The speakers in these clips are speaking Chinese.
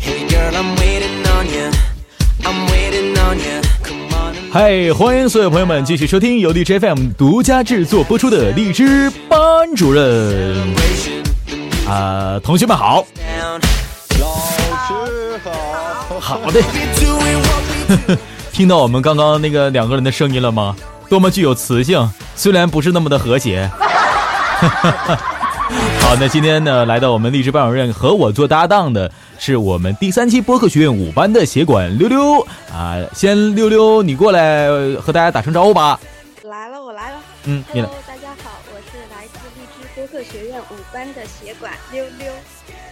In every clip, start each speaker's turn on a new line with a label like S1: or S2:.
S1: Hey girl, I'm waiting on you. I'm waiting on you. Come on and
S2: 嗨，欢迎所有朋友们继续收听由荔枝 FM 独家制作播出的荔枝班主任
S1: vibration
S2: 啊、同学们好，
S1: down.
S2: 好的，
S1: We're doing what we do.
S2: 听到我们刚刚那个两个人的声音了吗？多么具有磁性，虽然不是那么的和谐。 好，那今天呢，来到我们励志班主任和我做搭档的是我们第三期播客学院五班的协管溜溜啊，先溜溜你过来呃和大家打声招呼吧。
S3: 来了，我来了。
S2: 嗯，你来
S3: Hello，，大家好，我是来自荔枝播客学院五班的协管溜溜。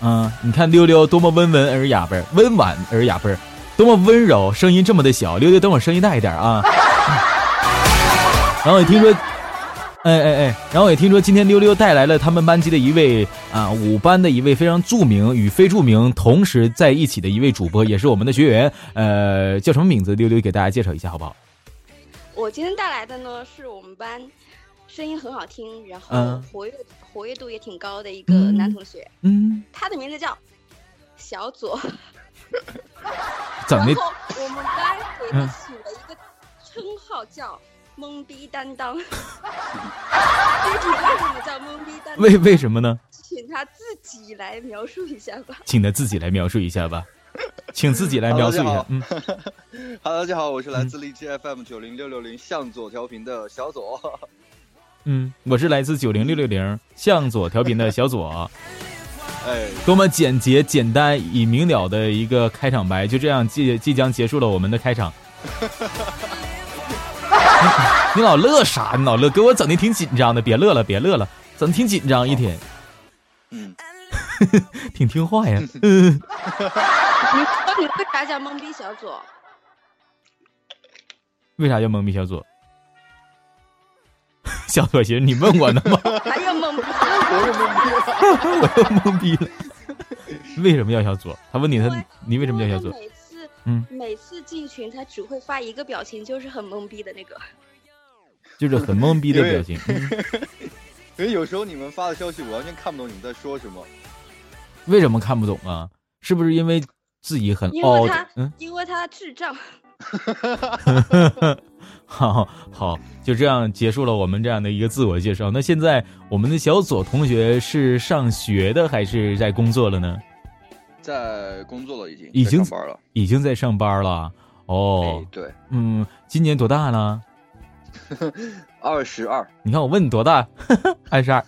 S2: 嗯，你看溜溜多么温文尔雅呗，温婉而雅呗，多么温柔，声音这么的小。溜溜，等会儿声音大一点啊。 然后也听说，哎哎哎，然后也听说今天溜溜带来了他们班级的一位啊五班的一位非常著名与非著名同时在一起的一位主播，也是我们的学员，呃，叫什么名字？溜溜给大家介绍一下好不好？
S3: 我今天带来的呢，是我们班声音很好听，然后
S2: 嗯
S3: 活跃、活跃度也挺高的一个
S2: 嗯
S3: 男同学，
S2: 嗯，
S3: 他的名字叫小左。
S2: 怎
S3: 然
S2: 的？
S3: 后我们班给
S2: 嗯
S3: 他起了一个称号叫“懵逼担当”，具体为什么叫懵逼担当，
S2: 为为什么呢？
S3: 请他自己来描述一下吧。
S2: 请他自己来描述一下吧，请自己来描述一下
S4: 好。
S2: 嗯，
S4: 哈喽，大家好，我是来自荔枝 FM 九零六六零向左调频的小左。
S2: 嗯，我是来自九零六六零向左调频的小左，
S4: 哎，
S2: 多么简洁、简单、以明了的一个开场白，就这样即即将结束了我们的开场。 你老乐啥？你老乐，给我整的挺紧张的，别乐了，别乐了，整的挺紧张一天，
S4: 嗯，
S2: 挺听话呀。
S3: 你说你为啥叫懵逼小左？
S2: 为啥叫懵逼小左？ 小左寻思你问我呢吗？
S3: 还有懵逼。
S2: 我又懵逼了。 为什么要小左？他问你
S3: 对
S2: 他，你为什么叫
S3: 因
S2: 小
S3: 他
S2: 左？
S3: 每次，
S2: 嗯
S3: 每次进群他只会发一个表情，就是很懵逼的那个。
S2: 就是很懵逼的
S4: 因为
S2: 表情。嗯
S4: 因为有时候你们发的消息，我完全看不懂你们在说什么。
S2: 为什么看不懂啊？是不是因为自己很
S3: 因
S2: 傲
S3: 为
S2: 的
S3: 他？
S2: 嗯，
S3: 因为他智障，
S2: 嗯好好，就这样结束了我们这样的一个自我介绍。那现在我们的小左同学是上学的还是在工作了呢？
S4: 在工作了，已经
S2: 已经
S4: 在上班了。
S2: 已经在上班了。哦
S4: 哎，，对，
S2: 嗯，今年多大了？
S4: 二十二，
S2: 你看我问你多大？二十二。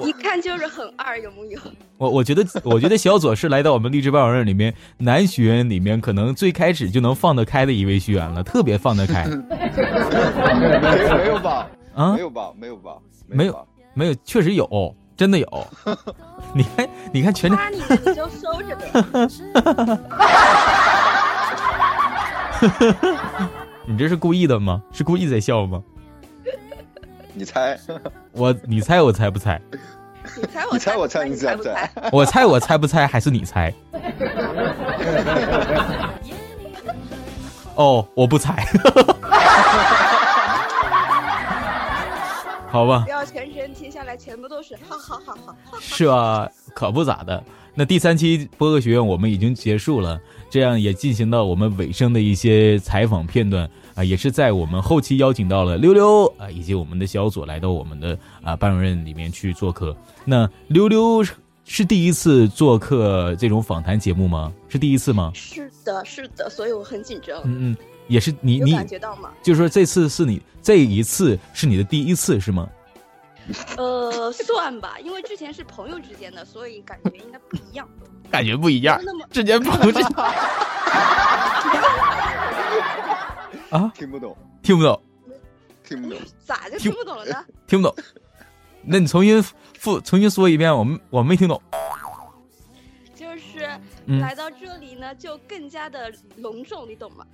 S3: 一看就是很二，有木有？
S2: 我我觉得，我觉得小左是来到我们励志班主任里面男学员里面，可能最开始就能放得开的一位学员了，特别放得开
S4: 没没有 吧？
S2: 啊
S4: 没。有吧？没有吧？
S2: 没有
S4: 吧。
S2: 没有，确实有，真的有。你看，你看全场
S3: 夸你的你就收着呗。
S2: 你这是故意的吗？是故意在笑吗？
S4: 你猜，
S2: 我，你猜我猜不猜？
S3: 你猜我
S4: 你猜我
S3: 猜
S4: 猜，你猜
S3: 猜
S4: 不
S3: 不
S4: 猜？
S2: 我猜我猜不猜？还是你猜？哦，我不猜。 好吧
S3: 不，要全身接下来全部都是哈哈哈哈。
S2: 是吧？可不咋的。那第三期播客学院我们已经结束了，这样也进行到我们尾声的一些采访片段啊、也是在我们后期邀请到了溜溜啊、以及我们的小左来到我们的啊、班主任里面去做客。那溜溜是是第一次做客这种访谈节目吗？是第一次吗？
S3: 是的，是的，所以我很紧张，
S2: 嗯嗯，也是你
S3: 有
S2: 你
S3: 感觉到吗？
S2: 就是说这次是你这一次是你的第一次是吗？
S3: 呃，算吧，因为之前是朋友之间的，所以感觉应该不一样，
S2: 感觉不一样
S3: 不是那么
S2: 之前不是啊，
S4: 听不懂，
S2: 听不懂，
S4: 听不懂。
S3: 咋就听不懂了呢？
S2: 听不懂。那你重新复重新说一遍，我们我没听懂。
S3: 就是
S2: 嗯
S3: 来到这里呢，就更加的隆重，你懂吗？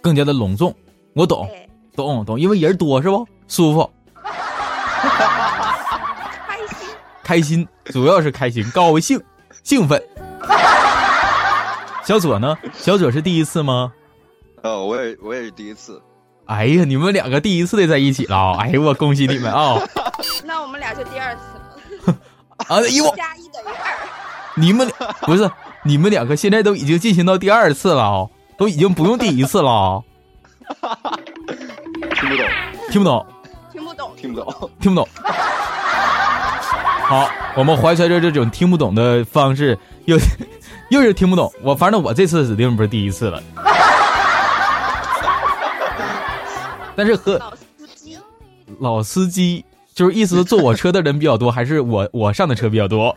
S2: 更加的隆重，我懂
S3: 哎，
S2: 懂懂，因为人多是不舒服，
S3: 开心。
S2: 开心，主要是开心，高兴，兴奋。小左呢？小左是第一次吗？
S4: 呃，我也我也是第一次，
S2: 哎呀，你们两个第一次的在一起了啊，哎呀，我恭喜你们啊！
S3: 那我们俩就第二次了，
S2: 啊，哎呦，我
S3: 加一等于二。
S2: 你们俩不是你们两个现在都已经进行到第二次了啊，都已经不用第一次了啊，
S4: 听不懂，
S2: 听不懂，
S3: 听不懂，
S4: 听不懂。
S2: 听不懂。好，我们怀揣着这种听不懂的方式，又又是听不懂。我反正我这次指定不是第一次了。但是和
S3: 老司机。
S2: 老司机，就是意思是坐我车的人比较多，还是我我上的车比较多？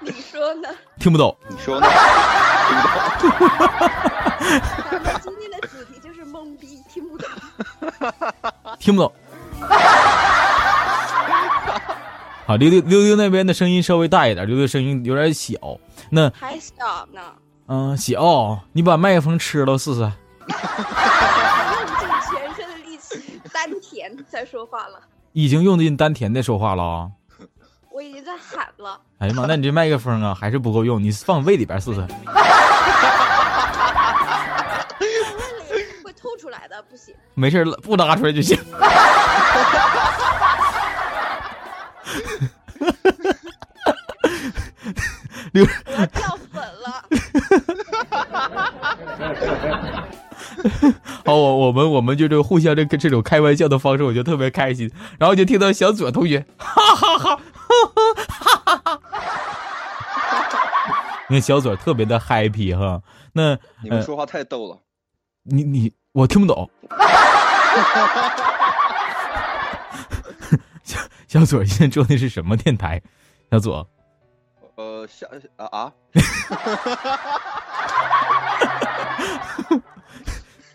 S3: 你说呢？
S2: 听不懂。
S4: 你说呢？
S3: 咱们今天的主题就是懵逼，听不懂。
S2: 听不懂。好，溜溜溜溜那边的声音稍微大一点，溜溜声音有点小。那
S3: 还小呢，
S2: 嗯、呃小，你把麦克风吃了试试。
S3: 用尽全身的力气丹田在说话了，
S2: 已经用尽丹田的说话了啊！
S3: 我已经在喊了。
S2: 哎呀妈，那你这麦克风啊还 是不够用，你放胃里边试试。
S3: 胃里会吐出来的，不行。
S2: 没事儿了，不拉出来就行。
S3: 我要啊掉粉了，
S2: 好，我我们我们就这互相这个这种开玩笑的方式，我就特别开心。然后就听到小左同学，哈哈哈，哈哈哈哈哈哈。那小左特别的 happy 哈。那
S4: 你们说话太逗了。
S2: 你你我听不懂。 小小左现在做的是什么电台？小左，
S4: 呃，下啊啊，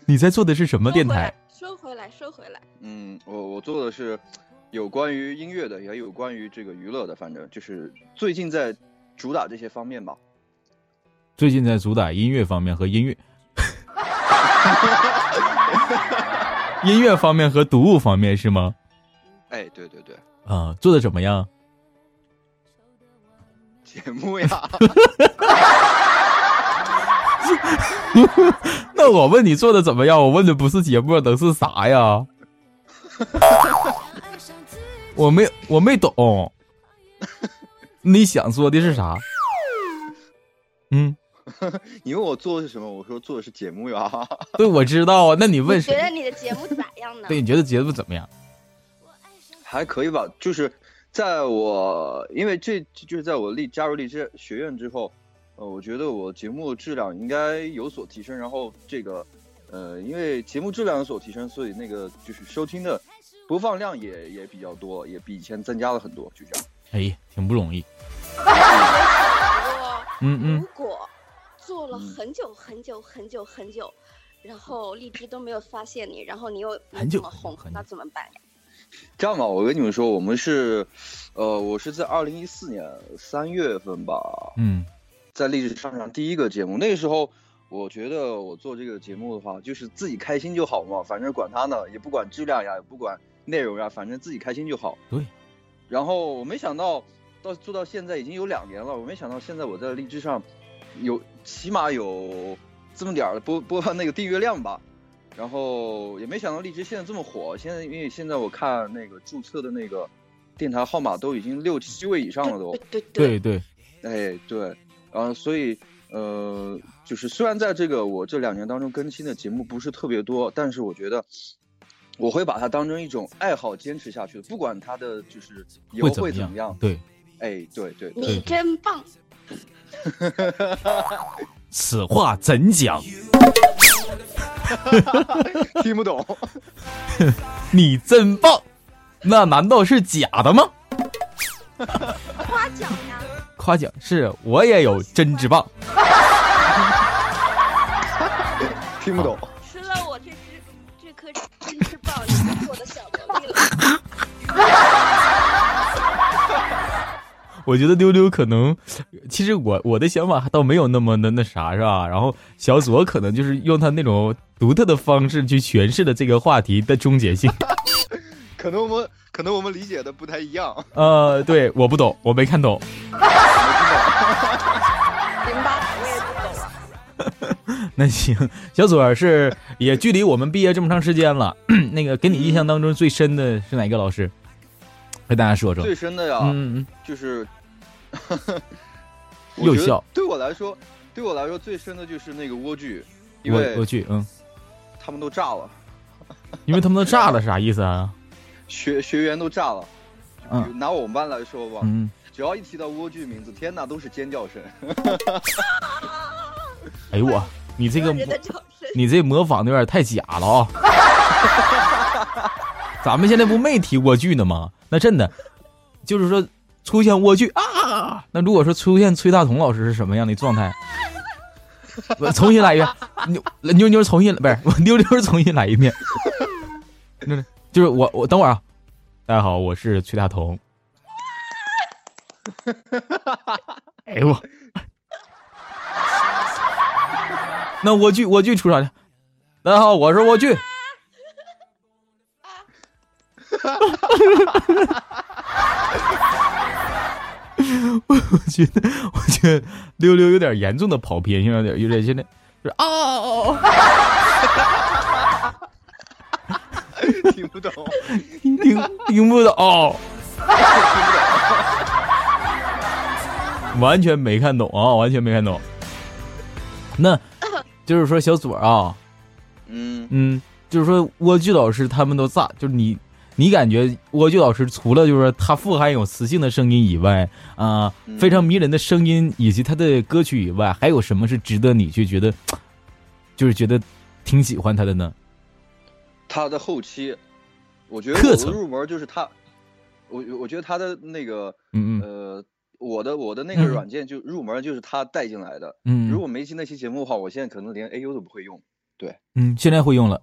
S2: 你在做的是什么电台？
S3: 收回来，收回来，
S4: 嗯，我我做的是有关于音乐的，也有关于这个娱乐的，反正就是最近在主打这些方面吧。
S2: 最近在主打音乐方面和音乐，音乐方面和读物方面是吗？
S4: 哎，对对 对，
S2: 啊、做的怎么样？
S4: 节目呀，
S2: 那我问你做的怎么样？我问的不是节目，能是啥呀？我没我没懂，你想说的是啥？嗯，
S4: 你问我做的是什么？我说做的是节目呀。
S2: 对，我知道啊。那你问
S3: 你觉
S2: 谁？
S3: 得你的节目咋样呢？
S2: 对，你觉得节目怎么样？
S4: 还可以吧，就是在我因为这就是在我立加入励志学院之后，呃，我觉得我节目质量应该有所提升，然后这个呃，因为节目质量有所提升，所以那个就是收听的播放量也也比较多，也比以前增加了很多，就这样。
S2: 哎呀，挺不容易。
S3: 我
S2: 嗯嗯
S3: 如，果做了很久很久很久很久，然后荔枝都没有发现你，然后你又你
S2: 很久
S3: 怎么红
S2: 很久很，久
S3: 那怎么办呀？
S4: 这样吧，我跟你们说，我们是，呃，我是在二零一四年三月份吧，
S2: 嗯
S4: 在励志上上第一个节目，那个时候我觉得我做这个节目的话，就是自己开心就好嘛，反正管他呢，也不管质量呀，也不管内容呀，反正自己开心就好。
S2: 对。
S4: 然后我没想到，到做到现在已经有两年了，我没想到现在我在励志上有起码有这么点儿的播播放那个订阅量吧。然后也没想到荔枝现在这么火，现在因为现在我看那个注册的那个电台号码都已经六七位以上了都。
S3: 对
S2: 对
S3: 对
S2: 对，
S4: 哎，对，然后所以呃，就是虽然在这个我这两年当中更新的节目不是特别多，但是我觉得我会把它当成一种爱好坚持下去的，不管它的就是以后
S2: 怎
S4: 会
S2: 么
S4: 怎么样。
S2: 对，
S4: 哎，对对对，
S3: 你真棒！
S2: 此话怎讲？
S4: 听不懂，
S2: 你真棒，那难道是假的吗？
S3: 夸奖呀，
S2: 夸奖是我也有真之棒。
S4: 听不懂。
S3: 吃了我这只这颗金翅膀，你就是我的小萝莉了。
S2: 我觉得溜溜可能，其实我我的想法倒没有那么的那啥，是吧？然后小左可能就是用他那种独特的方式去诠释了这个话题的终结性。
S4: 可能我们可能我们理解的不太一样。
S2: 呃，对，我不懂，我没看懂。
S3: 零八我也不啊懂。
S2: 那行，小左儿是也距离我们毕业这么长时间了， 那个给你印象当中最深的是哪个老师？跟大家说说。
S4: 最深的呀，
S2: 嗯，嗯
S4: 就是我
S2: 又
S4: 觉得
S2: 笑
S4: 对我来说，对我来说最深的就是那个莴苣，
S2: 嗯
S4: 因
S2: 我我
S4: 为
S2: 去，嗯，
S4: 他们都炸了，
S2: 因为他们都炸了，啥意思啊？
S4: 学学员都炸了。
S2: 嗯
S4: 比如拿我们班来说
S3: 哦
S4: 吧，
S2: 嗯，
S4: 只要一提到莴苣名字，天呐，都是尖叫 声。
S2: 哎呦我，你这个
S3: 人的掌 声。
S2: 你这模仿的有点太假了啊、咱们现在不没提莴苣呢吗？那真的，就是说出现莴苣啊，那如果说出现崔大同老师是什么样的状态？我重新来一遍，妞妞妞重新不是我 妞妞重新来一遍。那就是我我等会儿啊，大家好，我是崔大同。 哎呦我，那莴苣莴苣出场了。大家好，我是莴苣。我觉得，我觉得溜溜有点严重的跑偏，有点有点现在就是啊哦哦，
S4: 听 不懂，
S2: 听听不懂、啊完全没看懂啊，完全没看懂。那就是说小左啊，
S4: 嗯，
S2: 嗯，就是说莴苣老师他们都炸，就是你，你感觉莴苣老师除了就是他富含有磁性的声音以外，啊、
S4: 嗯
S2: 非常迷人的声音以及他的歌曲以外，还有什么是值得你去觉得，就是觉得挺喜欢他的呢？
S4: 他的后期，我觉得
S2: 课
S4: 我
S2: 程
S4: 的入门就是他，我我觉得他的那个
S2: 嗯嗯
S4: 呃，我的我的那个
S2: 嗯
S4: 软件就入门就是他带进来的。
S2: 嗯，
S4: 如果没进那期节目的话，我现在可能连 AU 都不会用，
S2: 嗯现在会用了，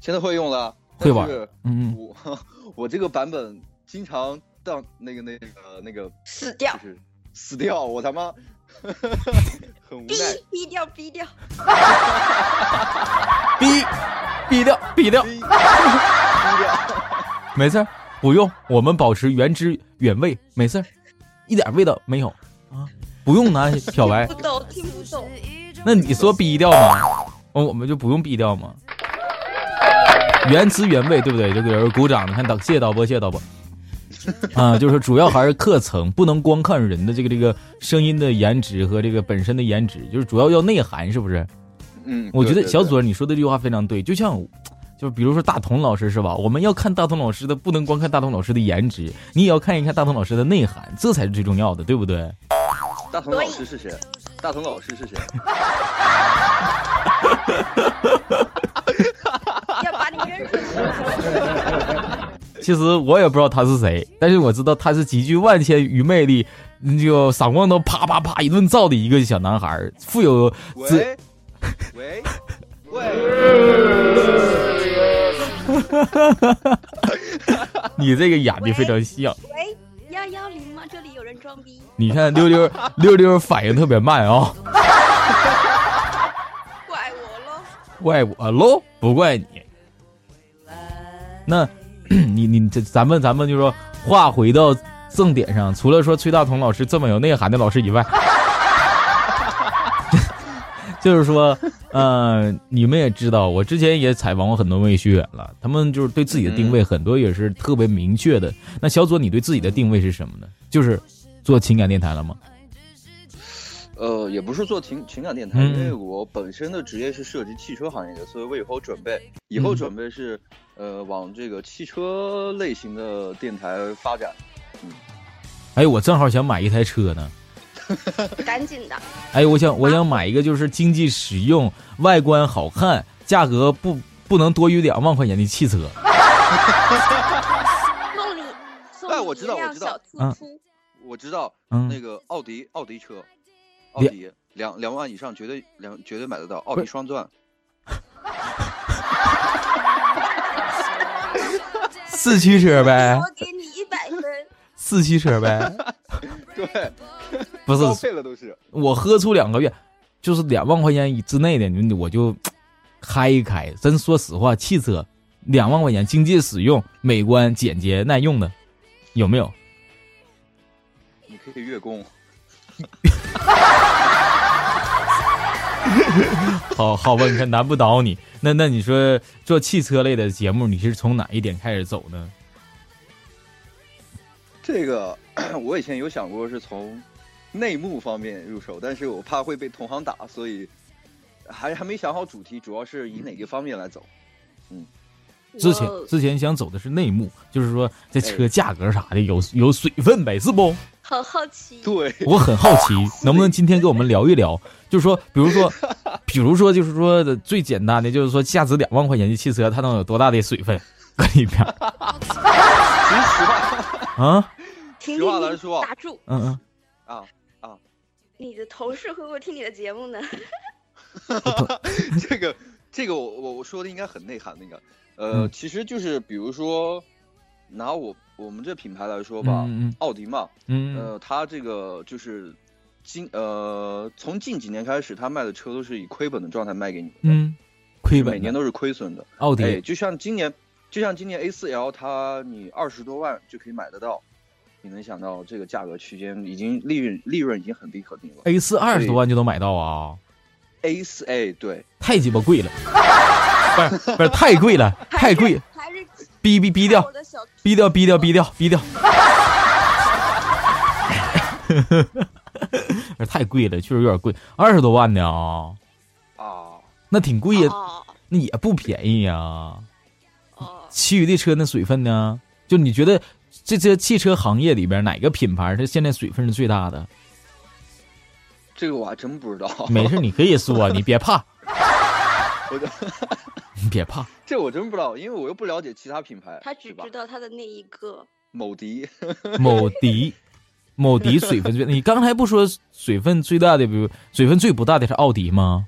S4: 现在会用了，
S2: 会
S4: 但
S2: 玩
S4: 是
S2: 嗯
S4: 我 我这个版本经常当那个那个那个
S3: 死掉
S4: 就，是死掉，我他妈很 无
S3: 逼
S4: 奈。
S3: 逼掉，逼掉。
S2: 嗯，逼逼掉逼掉，
S4: 逼逼掉，
S2: 没事儿不用，我们保持原汁原味，没事儿一点味道没有啊，不用拿漂白
S3: 不。懂，听不 懂。
S2: 那你说逼掉吗？哦，我们就不用逼掉吗？原汁原味，对不对？这个人鼓掌，你看导，谢谢导播，谢谢导 播。啊，就是说主要还是课程，不能光看人的这个这个声音的颜值和这个本身的颜值，就是主要要内涵，是不是？
S4: 嗯，
S2: 我觉
S4: 对
S2: 得小，
S4: 对对
S2: 左你说的这句话非常对，就像，就比如说大同老师是吧？我们要看大同老师的，不能光看大同老师的颜值，你也要看一看大同老师的内涵，这才是最重要的，对不对？
S4: 大同老师是谁？啊大同老师是谁？
S3: 要把你认出来。
S2: 其实我也不知道他是谁，但是我知道他是集聚万千愚昧力，嗯就闪光灯啪啪啪一顿照的一个小男孩儿，富有 自
S4: 喂喂喂，
S2: 你这个演的非常像。
S3: 喂，幺幺零吗？这里有人装逼，
S2: 你看溜溜溜溜反应特别慢啊、
S3: 怪我喽。
S2: 怪我喽，不怪你。那， 你你这咱们咱们就说话回到正点上，除了说崔大同老师这么有内涵的老师以外， 就是说，呃，你们也知道，我之前也采访过很多位学员了，他们就是对自己的定位很多也是特别明确的。那小左，你对自己的定位是什么呢？就是做情感电台了吗？
S4: 呃，也不是做情情感电
S2: 嗯
S4: 台，因为我本身的职业是涉及汽车行业的，所以我以后准备，以
S2: 嗯
S4: 后准备是，呃，往这个汽车类型的电台发展。
S2: 哎，我正好想买一台车呢。
S3: 赶紧的，
S2: 哎，我想我想买一个，就是经济实用、外观好看、价格不不能多于两万块钱的汽车。
S3: 梦里送
S4: 哎我
S3: 你
S4: 知
S3: 一
S4: 道我
S3: 辆
S4: 知道
S3: 小突
S2: 嗯
S3: 突，
S4: 我知道那
S2: 嗯，
S4: 个奥迪，奥迪车，奥
S2: 两
S4: 迪两两万以上绝对两绝对买得到，奥
S2: 不
S4: 迪双钻。
S2: 四驱车呗，
S3: 我给你一百分。
S2: 四驱车呗，
S4: 对，
S2: 不
S4: 高
S2: 是
S4: 配了都是。
S2: 我喝出两个月，就是两万块钱以之内的，你我就开一开。真说实话，汽车两万块钱经济使用、美观、简洁、耐用的，有没有？
S4: 你可以月供，
S2: 好 好吧，你看难不倒你。那那你说做汽车类的节目，你是从哪一点开始走呢？
S4: 这个 我以前有想过是从内幕方面入手，但是我怕会被同行打，所以还还没想好主题，主要是以哪个方面来走。
S2: 之前
S3: 我
S2: 之前想走的是内幕，就是说这车价格啥的有有水分呗，是不？
S3: 好好
S2: 嗯
S3: 奇，
S4: 对，
S2: 我很好奇，能不能今天跟我们聊一聊？就是说，比如说，比如说，就是说的最简单的，就是说价值两万块钱的汽车，它能有多大的水分搁里边 儿？
S4: 其实实话
S2: 啊，
S3: 停
S4: 实话
S3: 停
S4: 来
S3: 停，
S4: 说
S3: 打住！
S2: 嗯嗯，
S4: 啊，
S3: 你的同事会不会听你的节目呢？
S4: 这个这个我我我说的应该很内涵那个，呃，
S2: 嗯
S4: 其实就是比如说拿我我们这品牌来说吧，
S2: 嗯
S4: 奥迪嘛，
S2: 嗯嗯
S4: 呃，它这个就是近呃，从近几年开始，它卖的车都是以亏本的状态卖给你，
S2: 嗯，亏
S4: 每
S2: 本
S4: 年
S2: 的
S4: 都是亏损的。
S2: 奥
S4: 哎，
S2: 迪，
S4: 就像今年，就像今年 A 4 L，它你二十多万就可以买得到，你能想到这个价格区间已经利润利润已经很低很低了。
S2: A 四二十多万就能买到啊，
S4: A 4 A 对，
S2: 太鸡巴贵 了，不是不是太贵了，太贵，
S3: 还是
S2: 逼逼逼掉
S3: 我，的小哦
S2: 逼掉，逼掉，逼掉，逼掉。 太贵了，确实有点贵，二十多万呢啊、
S4: 啊，
S2: 那挺贵呀、
S3: 哦
S2: 那也不便宜呀、
S3: 哦，
S2: 其余的车那水分呢？就你觉得这这汽车行业里边哪个品牌它现在水分是最大的？
S4: 这个我还真不知道。
S2: 没事，你可以说，你别怕，
S4: 我的
S2: 你别怕。
S4: 这我真不知道，因为我又不了解其他品牌，
S3: 他只
S4: 是吧
S3: 知道他的那一个。
S4: 某迪，
S2: 某迪，某迪水分最，你刚才不说水分最大的，比如水分最不大的是奥迪吗？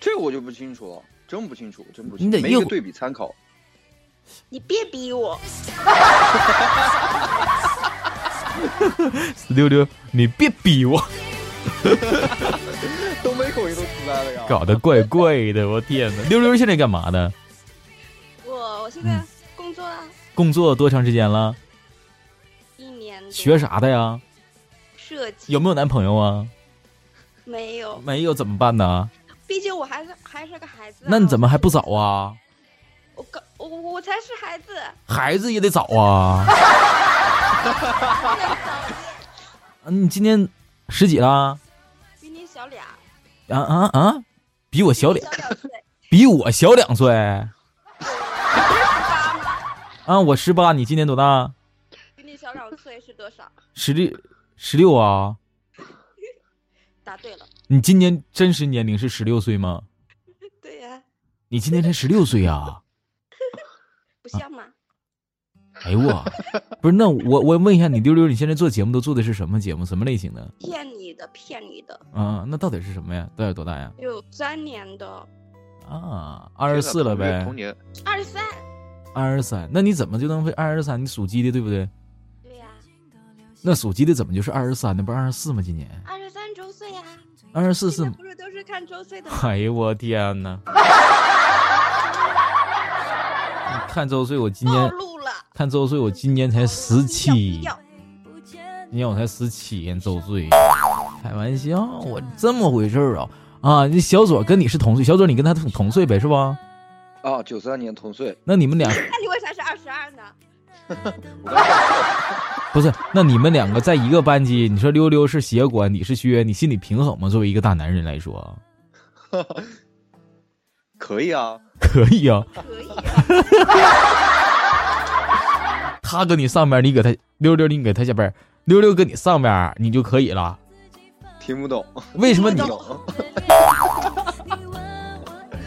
S4: 这我就不清楚了，真不清楚，真不清
S2: 你
S4: 楚，
S2: 得
S4: 没一
S2: 一
S4: 个
S2: 会
S4: 对比参考。
S3: 你别逼我，
S2: 溜溜，你别逼我，
S4: 东北 口音都出来了呀！
S2: 搞得怪怪的，我天哪！溜溜现在干嘛呢？
S3: 我我现
S2: 嗯
S3: 在工作啊，
S2: 工作多长时间了？
S3: 一年多
S2: 学啥的呀？
S3: 设计
S2: 有没有男朋友啊？
S3: 没有？
S2: 没有怎么办呢？
S3: 毕竟我还是还是个孩子啊。
S2: 那你怎么还不找啊？
S3: 我刚我我我才是孩子，
S2: 孩子也得找啊。嗯，你今年十几啦？
S3: 比你小俩，
S2: 啊啊啊！比我小两
S3: 小，两岁，
S2: 比我小两岁
S3: 八吗？
S2: 啊！我十八，你今年多大？
S3: 比你小两岁是多少？
S2: 十六，十六啊！
S3: 答对了，
S2: 你今年真实年龄是十六岁吗？
S3: 对呀、
S2: 你今年才十六岁啊！
S3: 不像吗？
S2: 哎呦我，不是那我我问一下你溜溜，你现在做节目都做的是什么节目？什么类型的？
S3: 骗你的，骗你的，
S2: 啊，那到底是什么呀？到底多大呀？
S3: 有三年的，
S2: 啊，二十四了呗
S4: 童，年
S3: 二十三，
S2: 二十三。那你怎么就能会二十三？你属鸡的对不对？
S3: 对呀、
S2: 那属鸡的怎么就是二十三呢？不是二十四吗？今年
S3: 二十三周岁呀、
S2: 二十四
S3: 现
S2: 是
S3: 在？不是都是看周岁的吗？
S2: 哎呦我天哪！你看周岁，我今
S3: 暴
S2: 年
S3: 露了，
S2: 看周岁，我今年才十七
S3: 低，调
S2: 今年我才十七，周岁。开玩笑，我这么回事儿啊啊！那小左跟你是同岁，小左你跟他同同岁呗，是吧？
S4: 啊，九三年同岁，
S2: 那你们俩
S3: 那你为啥是二十二呢？
S2: 不是？那你们两个在一个班级，你说溜溜是协管，你是薛，你心里平衡吗？作为一个大男人来说，
S4: 可以啊，
S2: 可以啊。
S3: 可以、 啊，
S2: 他搁你上边，你搁他溜溜，你搁他下边，溜溜搁你上边，你就可以了。
S4: 听不懂，
S2: 为什么你
S4: 听不懂，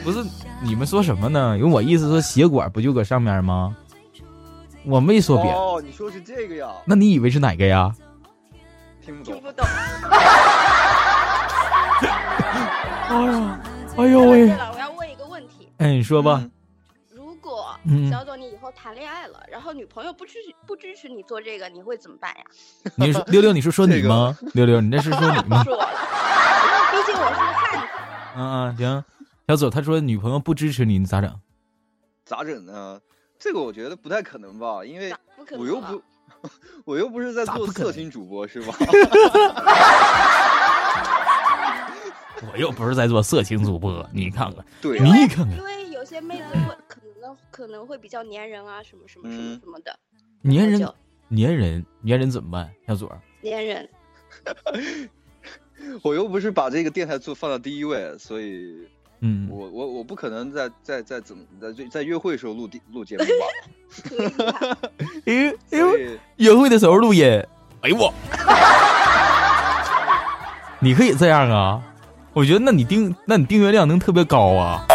S2: 不是你们说什么呢？因为我意思说血管不就搁上面吗？我没说别的，
S4: 哦，你说是这个呀？
S2: 那你以为是哪个呀？
S4: 听不
S3: 听不
S4: 懂，
S3: 懂。
S2: 哎呀，哎
S3: 对
S2: 呦
S3: 了对
S2: 喂！嗯
S3: 了，我要问一个问题：
S2: 哎，你说吧，
S4: 嗯
S3: 如果
S2: 嗯，
S3: 小左，你以后谈恋爱了，然后女朋友不支持不支持你做这个，你会怎么办呀？
S2: 你说六六，你是说你吗？六六，你那是说 你吗？
S3: 是我了，因为毕竟我是个汉子。
S2: 嗯嗯，行。小左他说女朋友不支持你，你咋整？
S4: 咋整呢？这个我觉得不太可能吧，因为
S3: 咋不可 能啊
S4: 我又
S3: 了
S4: 不，我又不是在
S2: 咋
S4: 做
S2: 不可
S4: 色
S2: 能
S4: 情主播是吧？
S2: 我又不是在做色情主播，你看看，
S4: 对啊，
S2: 你看看
S3: 因，为有些妹子会可能可能会比较粘人啊，什么什么什么
S4: 嗯
S3: 什么的，
S2: 粘人
S3: 我就
S2: 粘人粘人怎么办？小左，
S3: 粘 人。
S4: 我又不是把这个电台做放到第一位，所以
S2: 嗯，
S4: 我我我不可能在在在怎么在在在约会的时候录地 录节目吧？
S3: 可以的
S2: 哎呦哎呦
S4: 所，以。
S2: 约会的时候录音，哎呦我， 你可以这样啊？我觉得那你订，那你订阅量能特别高啊。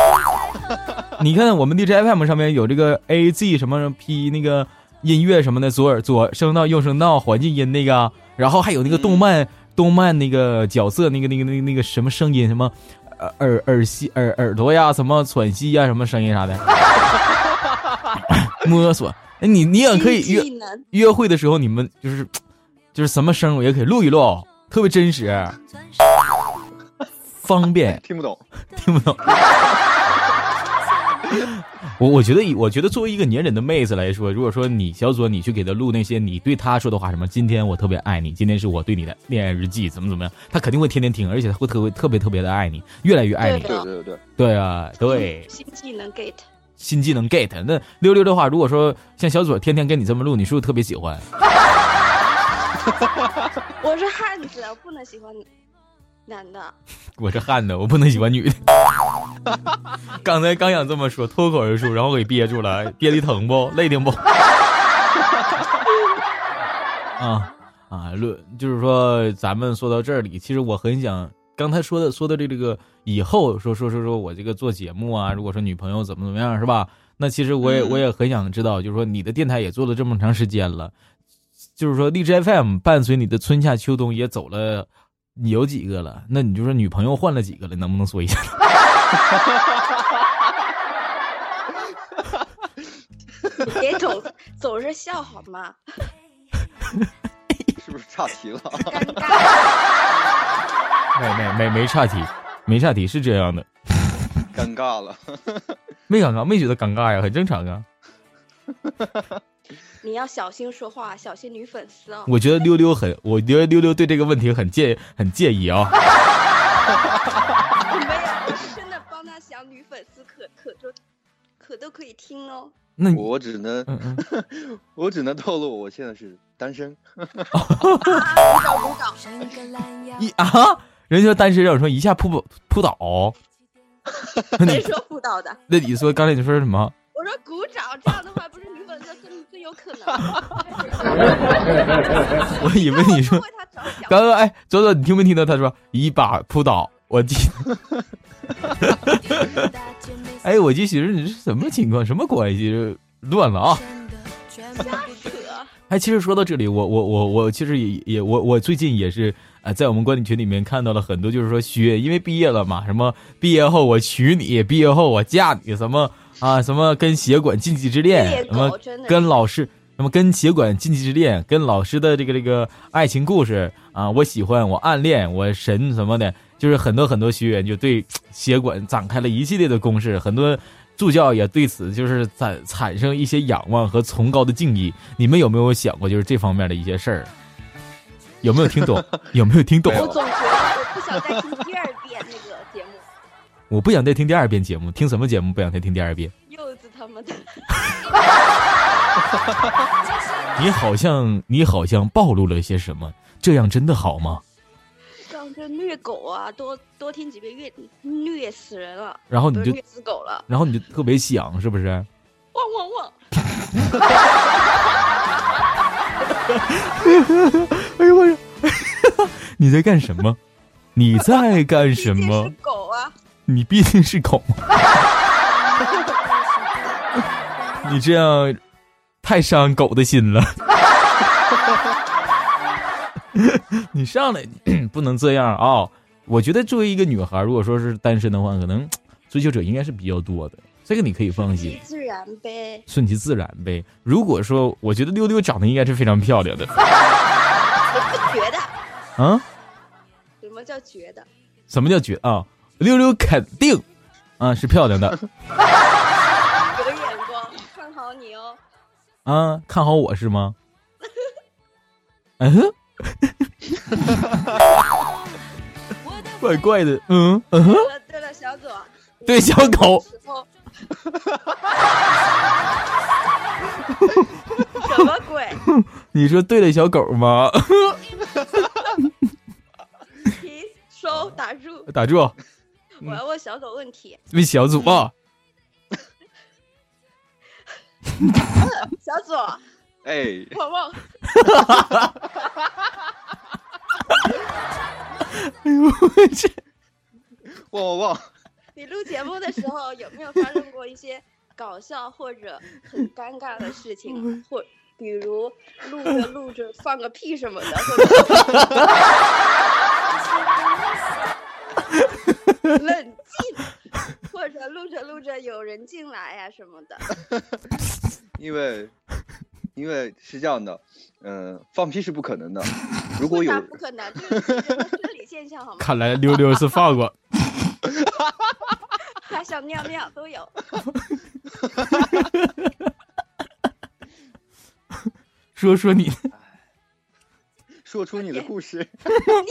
S2: 你看我们 DJFM 上面有这个 AZ 什么 P 那个音乐什么的，左耳左声道右声道环境音那个，啊然后还有那个动漫、动漫那个角色那个那个那个那个什么声音什么。耳耳耳吸耳耳朵呀，什么喘息呀，什么声音 啥的，摸索。哎，你你也可以约
S3: 新技能，
S2: 约会的时候，你们就是就是什么声我也可以录一录，特别真实，方便
S4: 听不懂，
S2: 听不懂。我我觉得，我觉得作为一个粘人的妹子来说，如果说你小左，你去给她录那些你对她说的话，什么“今天我特别爱你”，“今天是我对你的恋爱日记”，怎么怎么样，她肯定会天天听，而且她会特别特别特别的爱你，越来越爱你
S3: 对。
S4: 对对对，
S2: 对啊，对，
S3: 新技能 get，
S2: 新技能 get。那六六的话，如果说像小左天天跟你这么录，你是不是特别喜欢？
S3: 我是汉子，我不能喜欢男 的。
S2: 我是汉子，我不能喜欢女的。 刚才刚想这么说，脱口而出，然后给憋住了，哎憋的疼不？累挺不？ 啊啊，论就是说，咱们说到这里，其实我很想刚才说的说的这这个以后说说说说我这个做节目啊，如果说女朋友怎么怎么样是吧？那其实我也
S4: 嗯
S2: 我也很想知道，就是说你的电台也做了这么长时间了，就是说荔枝 FM 伴随你的春夏秋冬也走了。你有几个了？那你就说女朋友换了几个了？能不能说一下？
S3: 别总总是笑好吗？
S4: 是不是岔题了？
S3: 尴尬，
S2: 没没没没岔题，没岔题是这样的，
S4: 尴尬了，
S2: 没尴尬，没觉得尴尬呀，很正常啊。
S3: 你要小心说话，小心女粉丝哦。
S2: 我觉得溜溜很，我觉得溜溜对这个问题很介很介意啊。
S3: 我没有，我是真的帮他想女粉丝可可就可都可以听哦。
S2: 那你
S4: 我只能
S2: 嗯嗯，
S4: 我只能透露我现在是单身，
S2: 一啊，人家说单身让我说一下扑不扑倒，
S3: 谁说不到的？
S2: 那你说刚才你说什么？
S3: 我说鼓掌，这样的话不是女粉丝更更有可能吗？
S2: 我以为 你说
S3: 为他着想。
S2: 刚刚哎，左左你听没听到他说一把扑倒？我记， 哎，我就寻思你是什么情况，什么关系？乱了啊！哎，其实说到这里，我我我我其实也也我我最近也是呃，在我们管理群里面看到了很多，就是说学，因为毕业了嘛，什么毕业后我娶你，毕业后我嫁你，什么啊，什么跟协管禁忌之恋，
S3: 猎
S2: 哎什么
S3: 狗真的
S2: 跟
S3: 是
S2: 老师，什么跟协管禁忌之恋，跟老师的这个这个爱情故事啊，我喜欢，我暗恋，我神什么的，就是很多很多学员就对协管展开了一系列的攻势，很多助教也对此就是产产生一些仰望和崇高的敬意。你们有没有想过就是这方面的一些事儿？有没有听 懂？有没有听懂？
S3: 我总觉得我不想再听第二遍那个节目，
S2: 我不想再听第二遍节目，听什么节目不想再听第二遍？
S3: 柚子他们的。
S2: 你好像你好像暴露了些什么？这样真的好吗？
S3: 像这虐狗啊，多多听几遍，虐虐死人了，
S2: 然后你
S3: 不是
S2: 就
S3: 虐死狗了，
S2: 然后你就特别想，是不是？
S3: 汪汪汪！
S2: 哎呦我说， 你在干什么？你在干什
S3: 毕竟
S2: 么
S3: 是？狗啊，
S2: 你毕竟是狗， 你这样太伤狗的心了。 你上来 不能这样啊、我觉得作为一个女孩，如果说是单身的话，可能追求者应该是比较多的，这个你可以放心
S3: 机。智然呗。
S2: 顺其自然呗。如果说，我觉得溜溜长得应该是非常漂亮的
S3: 不觉得？
S2: 啊。
S3: 什么叫觉得？
S2: 什么叫绝啊？溜溜肯定啊是漂亮的
S3: 有眼光，看好你哦。
S2: 啊，看好我是吗？嗯，怪怪的，嗯嗯，
S3: 对了对了，小左，
S2: 对小狗，
S3: 时候。什么鬼？
S2: 你说对了小狗吗？
S3: 停，收，打住！
S2: 打住，
S3: 我要问小左问题。
S2: 问小组啊，
S3: 小左，
S4: 哎，
S3: 萌萌，
S2: 这
S4: 旺旺旺，
S3: 你录节目的时候有没有发生过一些搞笑或者很尴尬的事情？啊或比如录着录着放个屁什么的，或者 冷静，或者录着录着有人进来呀、什么的。
S4: 因为因为是这样的，嗯、放屁是不可能的，如果
S3: 为
S4: 有
S3: 啥不可能？这是人的生理现象好吗？
S2: 看来溜溜是放过，
S3: 还想尿尿都有。
S2: 说说你
S4: 说出你的故事，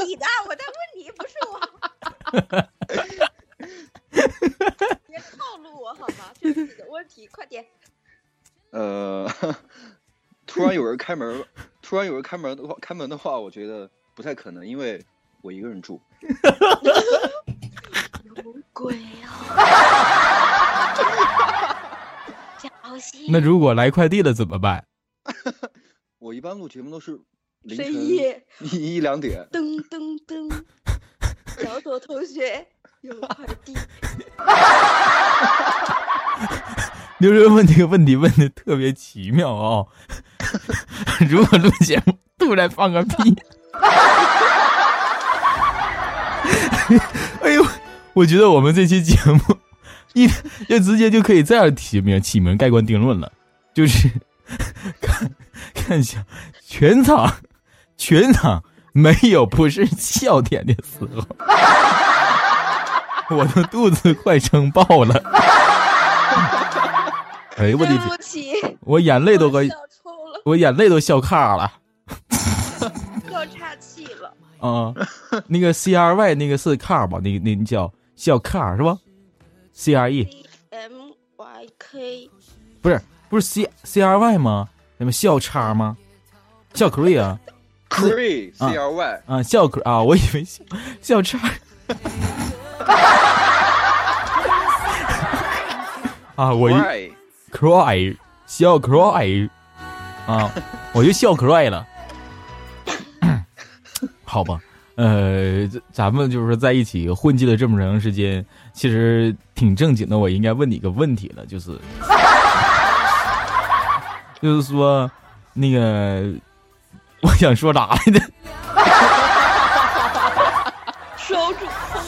S3: 你的，我在问你，不是我。别套路我好吗？这是你的问题，快点。
S4: 呃， 突然有人开门，突然有人开门的话，开门的话，我觉得不太可能，因为我一个人住。
S5: 鬼啊！小心
S2: 那如果来快递了怎么办？
S4: 我一般录节目都是凌晨
S3: 深夜，
S4: 一一 两点，
S3: 噔噔噔，小左同学有快递，
S2: 溜溜问这个问题问的特别奇妙啊、 如果录节目突然放个屁， 哎呦，我觉得我们这期节目一 就直接就可以这样起名起名盖棺定论了，就是 看看一下全场全场没有不是笑点的时候， 我的肚子快撑爆了。哎呦我的
S3: 对
S2: 天！
S3: 不起，
S2: 我眼泪都快
S3: 我，笑抽了，
S2: 我眼泪都笑卡了。
S3: 又岔气了。
S2: 啊、那个 C R Y 那个是卡吧？那那叫笑卡是吧？C R E
S3: C M Y K，
S2: 不是不是 C C R Y 吗？什么笑叉吗？笑 Korea
S4: c r e C
S2: 啊
S4: L Y，
S2: 啊，笑 K 啊，我以为笑笑叉。 啊，我一
S4: Why？
S2: cry 笑 cry 啊，我就笑 cry 了。好吧，呃，这咱们就是在一起混迹了这么长时间，其实挺正经的。我应该问你个问题了，就是，就是说，那个，我想说啥来着？
S3: 收住，收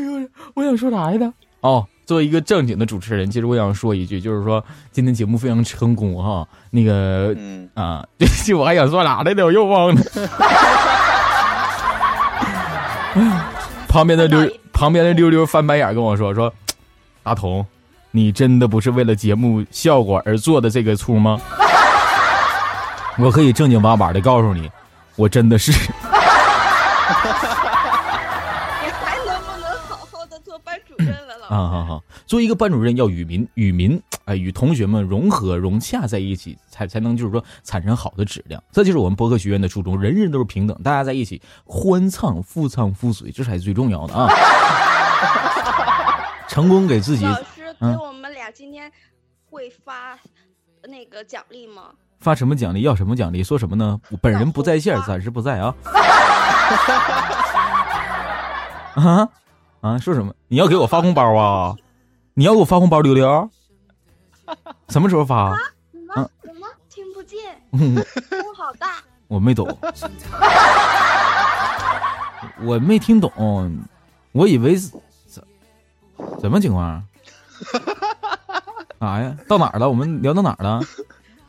S3: 住。
S2: 我想说啥来着？哦，作为一个正经的主持人，其实我想说一句，就是说今天节目非常成功哈。那个，
S4: 嗯，
S2: 啊，对不起，我还想说啥来着，我又忘了。 旁边的溜，旁边的溜溜翻白眼跟我说：“说，大同，你真的不是为了节目效果而做的这个出吗？” 我可以正经八百的告诉你，我真的是。
S3: 你还能不能好好的做班主任了，老
S2: 啊，好好，作为一个班主任，要与民与民哎、与同学们融合融洽在一起，才才能就是说产生好的质量。这就是我们博客学院的初衷，人人都是平等，大家在一起欢唱、富唱、富随，这才是最重要的啊！成功给自己
S3: 老师给
S2: 嗯
S3: 我们俩今天会发那个奖励吗？
S2: 发什么奖励，要什么奖励，说什么呢？我本人不在线，暂时不在啊。啊啊！说什么？你要给我发红包啊？你要给我发红包，溜溜？什么时候发？
S3: 什
S2: 嗯
S3: 么什么？听不见，
S2: 嗯
S3: 风好大。
S2: 我没懂，我没听懂，我以为是怎怎么情况？啥啊呀？到哪儿了？我们聊到哪儿了？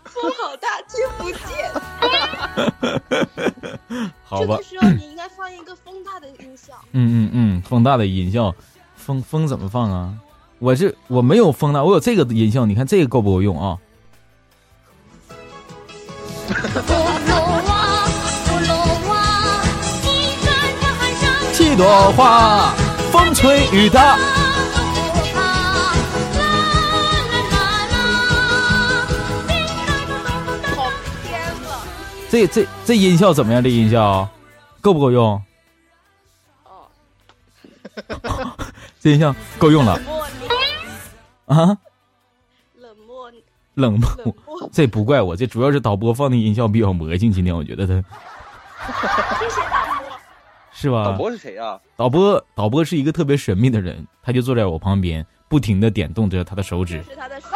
S3: 风好大，听不见。
S2: 好
S3: 这
S2: 吧
S3: 个，时候你应该放一个风大的音效。
S2: 嗯嗯嗯，风大的音效，风风怎么放啊？我这我没有风大，我有这个音效，你看这个够不够用啊？七朵花，风吹雨打。
S3: 好偏了。
S2: 这这这音效怎么样？这音效够不够用？
S3: 哦，
S2: 这音效够用了
S3: 冷漠哦你，
S2: 啊？
S3: 冷漠你，
S2: 冷
S3: 冷
S2: 漠，
S3: 漠。
S2: 这不怪我，这主要是导播放的音效比较魔性。今天我觉得他
S3: 这是冷漠。
S2: 是吧？
S4: 导播是谁啊？
S2: 导播导播是一个特别神秘的人，他就坐在我旁边，不停的点动着他的手指
S3: 这。是他的手。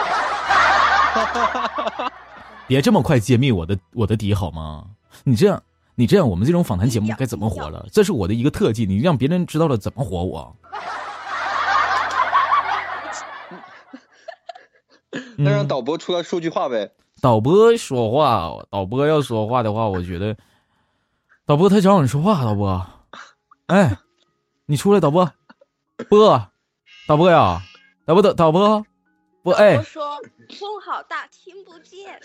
S2: 别这么快揭秘我的我的底好吗？你这样，你这样，我们这种访谈节目该怎么活了？这是我的一个特技，你让别人知道了怎么活我。
S4: 那让
S2: 嗯
S4: 导播出来说句话呗。
S2: 导播说话，导播要说话的话，我觉得，导播他找你说话，导播，哎，你出来，导播，播，导播呀，导播导导播，播
S3: 我
S2: 哎
S3: 说风好大，听不见。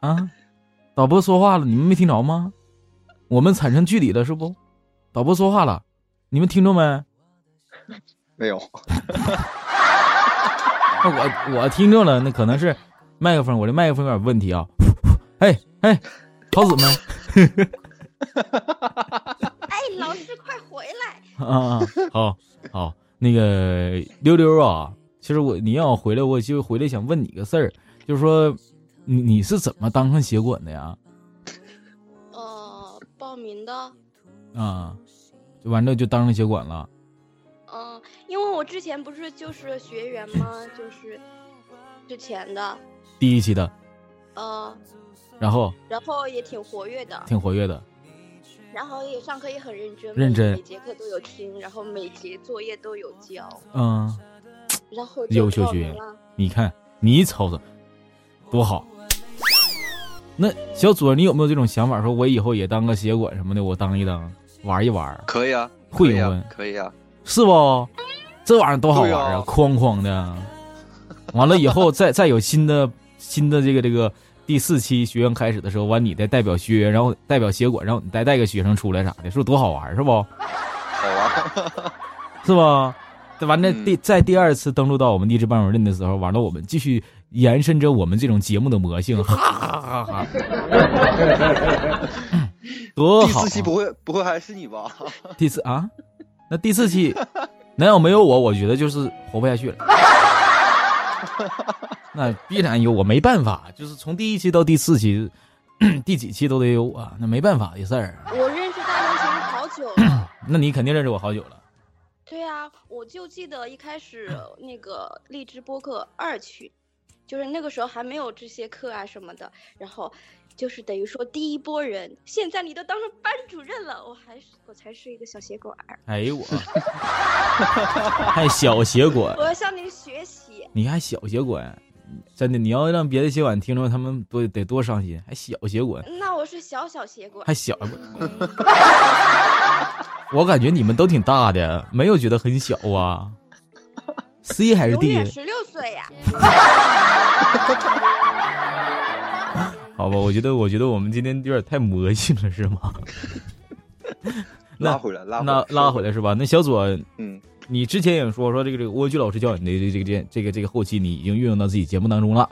S2: 啊，导播说话了，你们没听着吗？我们产生距离了是不？导播说话了，你们听着没？
S4: 没有，
S2: 那我我听着了，那可能是麦克风，我这麦克风有点问题啊。 哎哎，桃子们。
S3: 哎，老师快回来！
S2: 啊，啊好好，那个溜溜啊，其实我你让我回来，我就回来想问你个事儿，就是说你你是怎么当上协管的呀？
S3: 呃，报名的。
S2: 啊，就完了就当上协管了。
S3: 嗯，因为我之前不是就是学员吗？就是之前的，
S2: 第一期的，
S3: 呃，
S2: 然后
S3: 然后也挺活跃的，
S2: 挺活跃的，
S3: 然后也上课也很认真，
S2: 认真
S3: 每节课都有听，然后每节作业都有交，
S2: 嗯，
S3: 然后就
S2: 优秀
S3: 报
S2: 学
S3: 名
S2: 员
S3: 了
S2: 你看你瞅瞅，多好。那小左，你有没有这种想法？说我以后也当个协管什么的，我当一当，玩一玩，
S4: 可以啊，
S2: 会
S4: 可以
S2: 吗
S4: 啊，可以啊。
S2: 是不？这玩意儿多好玩
S4: 对
S2: 啊
S4: 啊，
S2: 哐哐的。完了以 后，再再有新的新的这个这个第四期学员开始的时候，完你再代表学员，然后代表协管，然后你再带个学生出来啥的，是不是多好玩儿？是不？
S4: 好玩，
S2: 是吧？这完了
S4: 嗯
S2: 第在第二次登录到我们励志班主任的时候，完了我们继续延伸着我们这种节目的魔性，哈哈哈哈哈，多
S4: 第
S2: 好、啊！
S4: 四期不会不会还是你吧？
S2: 第四啊，那第四期男友没有我，我觉得就是活不下去了。那必然有我，没办法，就是从第一期到第四期， 第几期都得有我，那没办法的事儿。啊
S3: 我认识大流行好久 了，
S2: 那你肯定认识我好久了，
S3: 对啊，我就记得一 开始那个荔枝播客二群，就是那个时候还没有这些课啊什么的，然后。就是等于说第一波人，现在你都当上班主任了，我还是我才是一个小协管儿，
S2: 哎呦我，还小协管
S3: 我，要向您学习。
S2: 你还小协管，真的，你要让别的协管听着，他们多得多伤心，还小协管。
S3: 那我是小小协管，
S2: 还小，我感觉你们都挺大的，没有觉得很小啊。C 还是
S3: 永
S2: D？
S3: 远十六岁呀、
S2: 好吧，我觉得，我觉得我们今天有点太魔性了，是吗？那
S4: 拉回来，拉回
S2: 那
S4: 来，
S2: 拉回来是吧？那小左，
S4: 嗯，
S2: 你之前也说说这个这个蜗居老师教你的这个这个这个这个后期，你已经运用到自己节目当中了。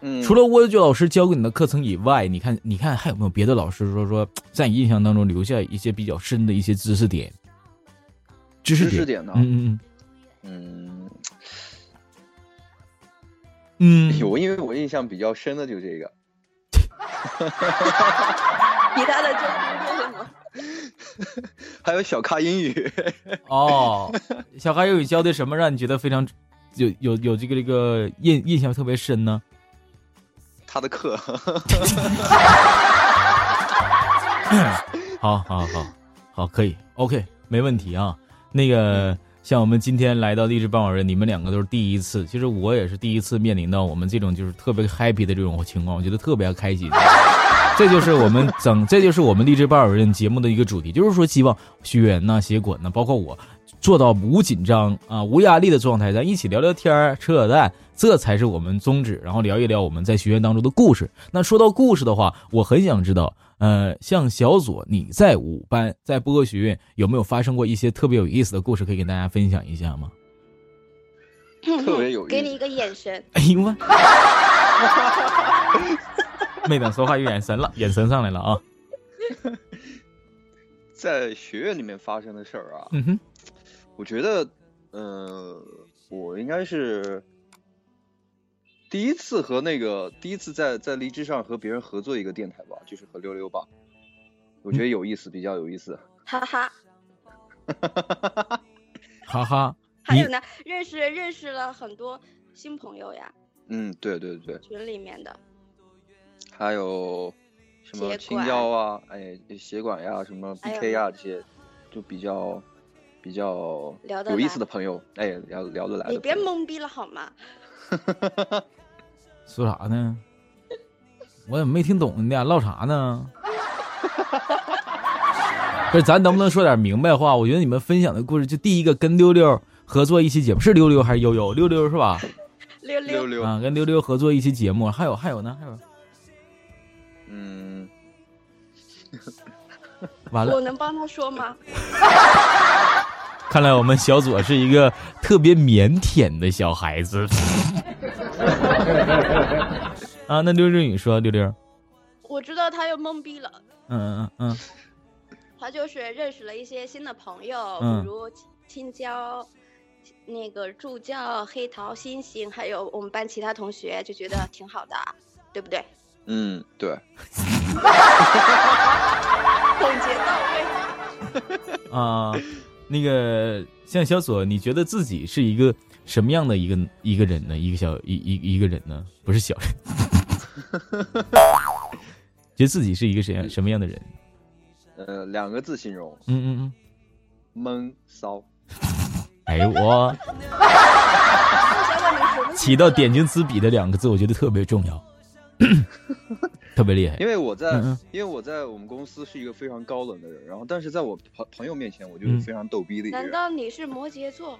S4: 嗯，
S2: 除了蜗居老师教给你的课程以外，你看，你看还有没有别的老师说说在你印象当中留下一些比较深的一些知识点？知识
S4: 知
S2: 点，
S4: 识点呢？
S2: 嗯
S4: 嗯，
S2: 嗯嗯，
S4: 我因为我印象比较深的就这个，
S3: 其他的就不用了。
S4: 还有小咖英语，
S2: 哦，小孩有你教的什么让你觉得非常有有有这个这个印印象特别深呢？
S4: 他的课，
S2: 好好好好，可以，OK，没问题啊。那个像我们今天来到励志傍晚人，你们两个都是第一次，其实我也是第一次面临到我们这种就是特别 happy 的这种情况，我觉得特别开心。 这就是我们整，这就是我们励志傍晚人节目的一个主题，就是说希望学员呐、协管呐，包括我，做到无紧张啊、无压力的状态，咱一起聊聊天儿、啊扯扯淡，这才是我们宗旨。然后聊一聊我们在学院当中的故事。那说到故事的话，我很想知道，呃，像小左，你在五班在播歌学院有没有发生过一些特别有意思的故事，可以跟大家分享一下吗？
S4: 特别有意
S3: 嗯
S4: 思
S3: 给你一个眼神，
S2: 哎呦 我，没等说话就眼神了，眼神上来了啊。
S4: 在学院里面发生的事儿啊，
S2: 嗯哼，
S4: 我觉得，呃，我应该是第一次和那个第一次在在荔枝上和别人合作一个电台吧，就是和溜溜吧，我觉得有意思，比较有意思。
S3: 哈哈。
S2: 哈哈，
S3: 还有
S2: 你
S3: 呢，认识认识了很多新朋友呀，
S4: 嗯，对对对，
S3: 群里面的。
S4: 还有什么
S3: 协
S4: 青
S3: 管
S4: 椒啊，哎，协管呀，什么
S3: 还有
S4: BK 呀这些，就比较比较
S3: 聊得
S4: 有意
S3: 来
S4: 思的朋友，哎，聊聊得来的。
S3: 你别懵逼了好吗？
S2: 说啥呢？我怎么没听懂？你俩唠啥呢？ 不是，咱能不能说点明白话？我觉得你们分享的故事，就第一个跟溜溜合作一期节目，是溜溜还是悠悠？溜溜是吧？
S3: 溜溜，
S4: 溜溜，
S2: 啊，跟溜溜合作一期节目，还有还有呢，还有
S4: 嗯，
S2: 完了
S3: 我，能帮他说吗？
S2: 看来我们小左是一个特别腼腆的小孩子。 啊，那溜溜你说溜溜，
S3: 我知道他又懵逼了，
S2: 嗯嗯嗯
S3: 他就是认识了一些新的朋友，
S2: 嗯
S3: 比如青椒、那个助教、黑桃、星星，还有我们班其他同学，就觉得挺好的，对不对？
S4: 嗯，对，
S3: 总结到位。
S2: 嗯啊，那个像小左，你觉得自己是一个什么样的一个一个人呢？一个小一一一个人呢？不是小人， 觉得自己是一个什样什么样的人？
S4: 呃，两个字形容，
S2: 嗯嗯嗯，
S4: 闷骚。
S2: 哎呦我
S3: 小婉，你什么
S2: 起到点睛之笔的两个字，我觉得特别重要， 特别厉害
S4: 因。为我在，
S2: 嗯嗯
S4: 因为我在我们公司是一个非常高冷的人，然后但是在我朋朋友面前，我就
S2: 嗯
S4: 是非常逗逼的一个
S3: 难
S4: 人。
S3: 道你是摩羯座、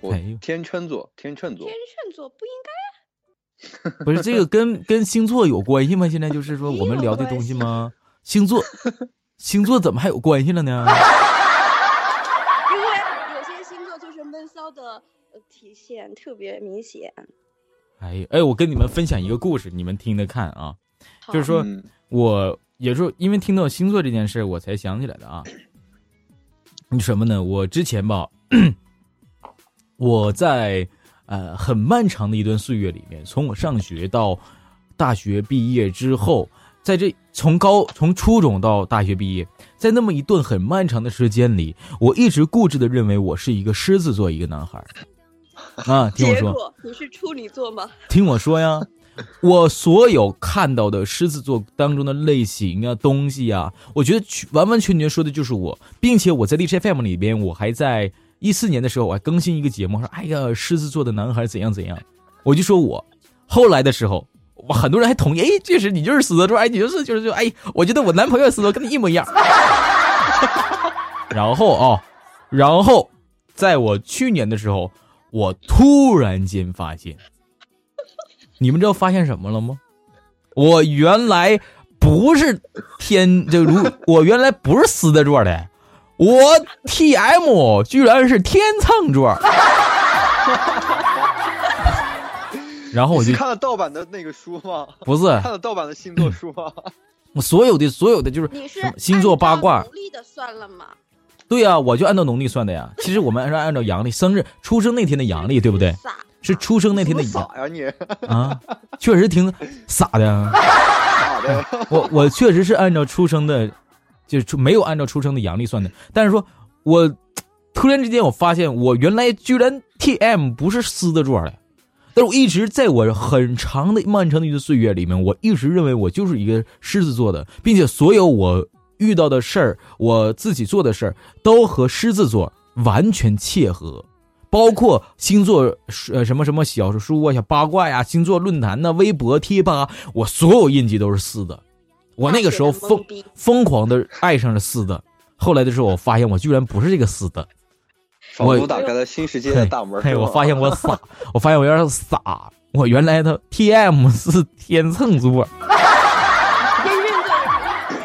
S4: 我
S2: 哎呦
S4: 天秤座，天秤座
S3: 天，秤座？不应
S2: 不是这个跟跟星座有关系吗？现在就是说我们聊的东西吗？星座，星座怎么还有关系了呢？
S3: 该，因为有些星座就是闷骚的呃体现特别明显。
S2: 哎呦哎，我跟你们分享一个故事，你们听着看啊。
S3: 好
S2: 就是说
S4: 嗯
S2: 我也是因为听到星座这件事，我才想起来的啊。 你什么呢？我之前吧， 我在呃很漫长的一段岁月里面，从我上学到大学毕业之后，在这从高从初中到大学毕业，在那么一段很漫长的时间里，我一直固执的认为我是一个狮子座一个男孩儿啊。听我
S3: 结
S2: 说，
S3: 果你是处女座吗？
S2: 听我说呀，我所有看到的狮子座当中的类型啊、东西啊，我觉得全完完全全说的就是我，并且我在荔枝 FM 里边，我还在一四年的时候，我还更新一个节目，说哎呀，狮子座的男孩怎样怎样，我就说我。后来的时候，我很多人还同意，哎，这是你就是狮子座，哎，你就是就是就哎，我觉得我男朋友狮子座跟你一模一样。 然后啊、然后在我去年的时候，我突然间发现。你们知道发现什么了吗？我原来不是天，这如我原来不是狮子座的，我 T M 居然是天秤座。 然后我
S4: 你是
S2: 就啊
S4: 看了盗版的那个书吗？
S2: 不是
S4: 看了盗版的星座书吗？
S2: 嗯我所有的所有的就是
S3: 你是
S2: 什么星座八卦
S3: 按照农历的算了吗？
S2: 对呀、我就按照农历算的呀。其实我们是按照阳历，生日出生那天的阳历，对不对？
S3: 傻
S2: 是出生那天的
S4: 你傻
S2: 阳
S4: 呀你！
S2: 啊，确实挺傻的啊。
S4: 傻的，
S2: 我我确实是按照出生的，就是出没有按照出生的阳历算的。但是说，我突然之间我发现，我原来居然 T M 不是狮子座的，但是我一直在我很长的漫长的一段岁月里面，我一直认为我就是一个狮子座的，并且所有我遇到的事儿，我自己做的事儿都和狮子座完全切合。包括星座呃什么什么小书啊、小八卦呀、星座论坛呐、微博、贴吧，我所有印记都是四的。我那个时候
S3: 大写的
S2: 疯
S3: 懵逼
S2: 疯狂的爱上了四的，后来的时候我发现我居然不是这个四的，
S4: 仿
S2: 我
S4: 佛打开了新世界的大门。
S2: 嘿，
S4: 是
S2: 我
S4: 吧
S2: 发现我 傻，我发现我有点傻，我原来的 TM 是天秤座，
S3: 真认对人了呀！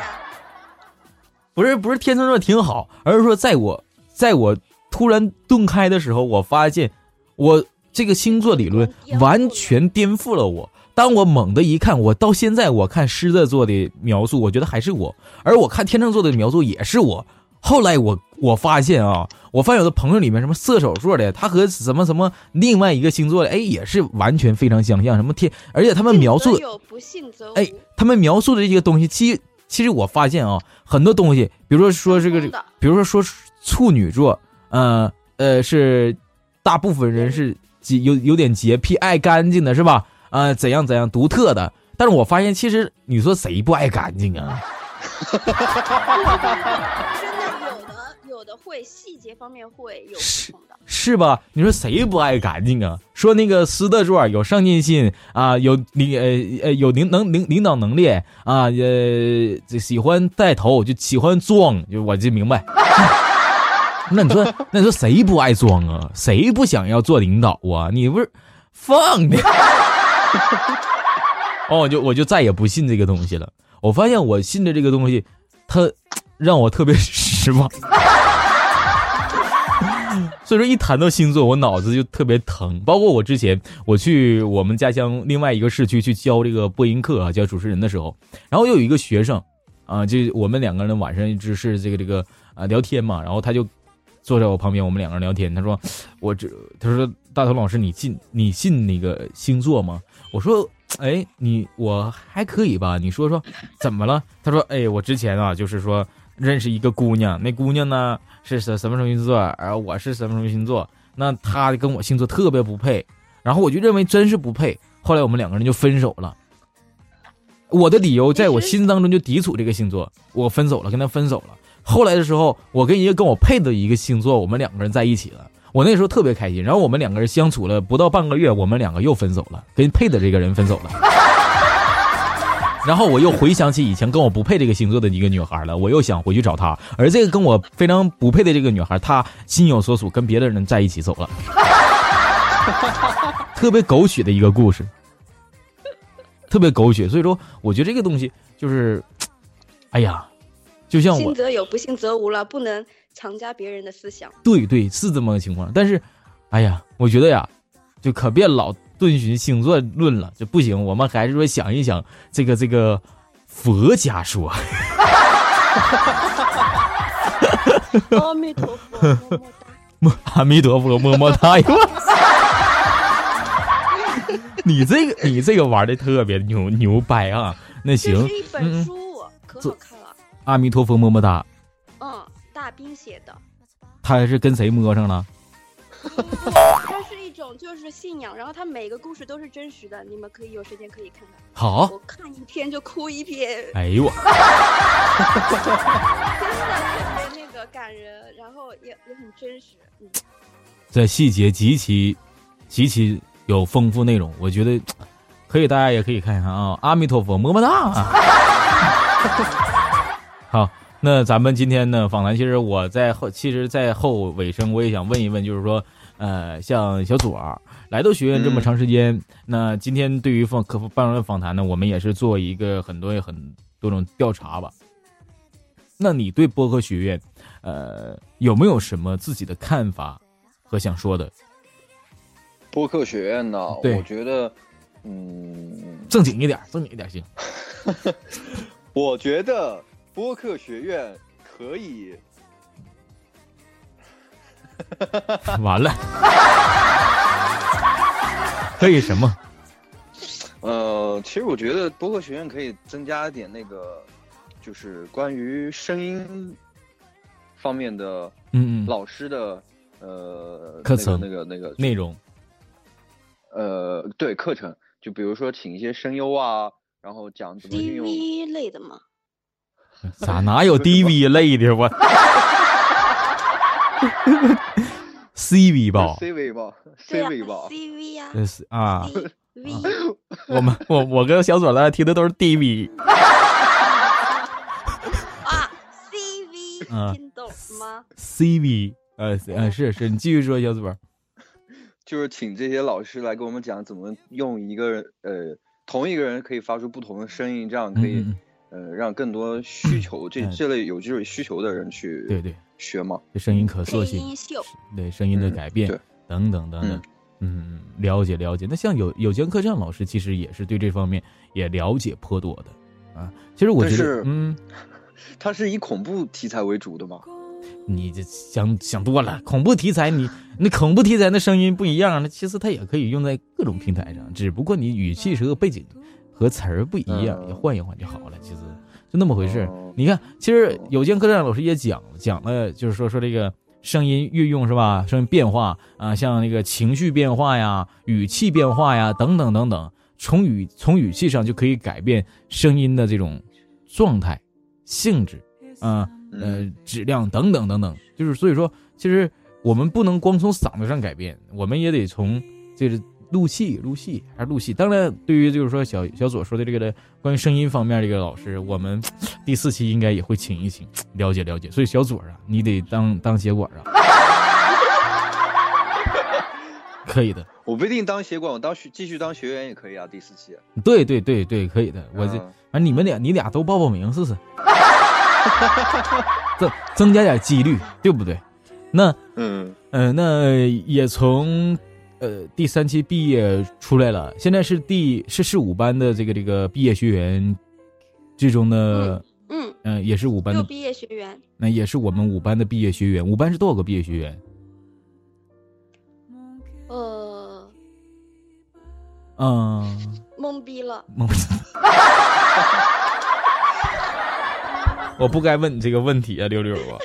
S2: 不是不是天秤座挺好，而是说在我在我突然顿开的时候，我发现我这个星座理论完全颠覆了我。当我猛地一看，我到现在我看狮子座的描述，我觉得还是我；而我看天秤座的描述也是我。后来我我发现啊，我发现我的朋友里面什么射手座的，他和什么什么另外一个星座的，哎，也是完全非常相像。什么天，而且他们
S3: 信
S2: 描述
S3: 则
S2: 的
S3: 有不信则无。
S2: 哎，他们描述的这些东西，其其实我发现啊，很多东西，比如说说这个
S3: 相通的，
S2: 比如说说处女座，呃呃，是大部分人是洁有有点洁癖，爱干净的是吧？呃，怎样怎样独特的，但是我发现其实你说谁不爱干净啊？
S3: 真的有的有的会细节方面会有
S2: 是
S3: 不同的，
S2: 是吧？你说谁不爱干净啊？说那个斯德座有上进心啊、有领呃呃有领能领领导能力啊，呃这喜欢带头，就喜欢装，就我就明白。 那你说，那你说谁不爱装啊？谁不想要做领导啊？你不是放的？ 哦，我就我就再也不信这个东西了。我发现我信的这个东西，它让我特别失望。所以说一谈到星座，我脑子就特别疼。包括我之前我去我们家乡另外一个市区去教这个播音课啊，教主持人的时候，然后又有一个学生啊，就我们两个人晚上就是这个这个啊聊天嘛，然后他就坐在我旁边，我们两个人聊天。他说我这，他说大头老师，你信你信那个星座吗？我说。哎，你我还可以吧？你说说怎么了？他说，哎，我之前啊，就是说认识一个姑娘，那姑娘呢是什什么什么星座，而我是什么什么星座，那她跟我星座特别不配，然后我就认为真是不配，后来我们两个人就分手了。我的理由在我心当中就抵触这个星座，我分手了，跟他分手了。后来的时候，我跟一个跟我配的一个星座，我们两个人在一起了。我那时候特别开心，然后我们两个人相处了不到半个月，我们两个又分手了，跟配的这个人分手了。然后我又回想起以前跟我不配这个星座的一个女孩了，我又想回去找她，而这个跟我非常不配的这个女孩，她心有所属，跟别的人在一起走了， 特别狗血的一个故事，特别狗血。所以说，我觉得这个东西就是，哎呀，就像我
S3: 信则有，不信则无了，不能强加别人的 思想。
S2: 对对，是这么个情况。但是，哎呀，我觉得呀，就可别老遵循星座论了，就不行。我们还是说想一想这个这个佛家说，
S3: 阿弥陀佛，么 么哒。
S2: 阿弥陀佛，么么哒哟。你这个你这个玩的特别牛牛掰啊！那
S3: 这
S2: 行，
S3: 是一
S2: 嗯
S3: 本书，可好看了。
S2: 阿弥陀佛，么么哒。
S3: 嗯，大兵写的，
S2: 他是跟谁摸上了？
S3: 它是一种就是信仰，然后它每个故事都是真实的，你们可以有时间可以看看。
S2: 好，
S3: 我看一篇就哭一篇，
S2: 哎呦我，
S3: 真的特别那个感人，然后也也很真实。嗯，
S2: 这细节极其极其有丰富内容，我觉得可以，大家也可以看一看啊。阿弥陀佛，么么哒。 好，那咱们今天呢访谈，其实我在后，其实，在后尾声，我也想问一问，就是说，呃，像小左儿来到学院这么
S4: 嗯
S2: 长时间，那今天对于访客户办完访谈呢，我们也是做一个很多很多种调查吧。那你对播客学院，呃，有没有什么自己的看法和想说的？
S4: 播客学院呢，
S2: 对
S4: 我觉得，嗯，
S2: 正经一点，正经一点行。
S4: 我觉得播客学院可以，
S2: 完了，可以什么？
S4: 呃，其实我觉得播客学院可以增加一点那个，就是关于声音方面的
S2: 嗯嗯，
S4: 老师的呃
S2: 课程
S4: 那个那个那个
S2: 内容
S4: 呃，对课程，就比如说请一些声优啊，然后讲怎么运用
S3: DV 类的嘛，
S2: 咋哪有 DV 类的我？ C V 报，
S4: C 位吧
S3: 对啊
S4: ，C
S3: 呀
S4: 位吧，
S3: ，CV 呀
S2: 呃是啊，
S3: ，CV
S2: 我们我我跟小左咱俩听的都是 D V，
S3: 啊
S2: 嗯
S3: ，CV，听懂吗？
S2: C V，呃是呃是是，你继续说小左，
S4: 就是请这些老师来给我们讲怎么用一个人呃同一个人可以发出不同的声音，这样可以、
S2: 嗯
S4: 呃让更多需求这
S2: 嗯
S4: 这类有这种需求的人
S2: 对
S4: 去
S2: 对，
S4: 学嘛。
S2: 这声音可塑
S3: 配
S2: 性，
S3: 音秀，
S2: 对声音的
S4: 嗯
S2: 改变、
S4: 对
S2: 等等等等。嗯，了解了解。那像有有江客栈老师，其实也是对这方面也了解颇多的啊。其实我觉
S4: 但
S2: 得
S4: 是，
S2: 嗯，
S4: 它是以恐怖题材为主的嘛？
S2: 你这想想多了。恐怖题材你，你那恐怖题材的声音不一样，那其实它也可以用在各种平台上，只不过你语气和背景和词儿不一样，
S4: 嗯
S2: 也换一换就好了。其实就那么回事儿。
S4: 哦
S2: 你看，其实有间客栈老师也讲了，讲了，就是说说这个声音运用是吧？声音变化啊、像那个情绪变化呀、语气变化呀等等等等，从语从语气上就可以改变声音的这种状态、性质啊。呃
S4: 嗯，
S2: 质量等等等等，就是所以说，其实我们不能光从嗓子上改变，我们也得从就是录戏、录戏还是录戏。当然，对于就是说小小左说的这个的关于声音方面这个老师，我们第四期应该也会请一请，了解了解。所以小左啊，你得当当协管啊， 可以的，
S4: 我不一定当协管，我当学继续当学员也可以啊。第四期，
S2: 对对对对，可以的，我这。
S4: 嗯
S2: 反正你们俩，你俩都报报名试试， 增增加点几率，对不对？那
S4: 嗯
S2: 呃，那也从呃第三期毕业出来了，现在是第是是五班的这个这个毕业学员之中的，
S3: 嗯，
S2: 嗯、也是五班
S3: 六
S2: 的，
S3: 毕业学员，
S2: 那、也是我们五班的毕业学员。五班是多少个毕业学员？
S3: 呃，
S2: 嗯、
S3: 懵逼了，
S2: 懵逼。我不该问你这个问题啊，六六啊！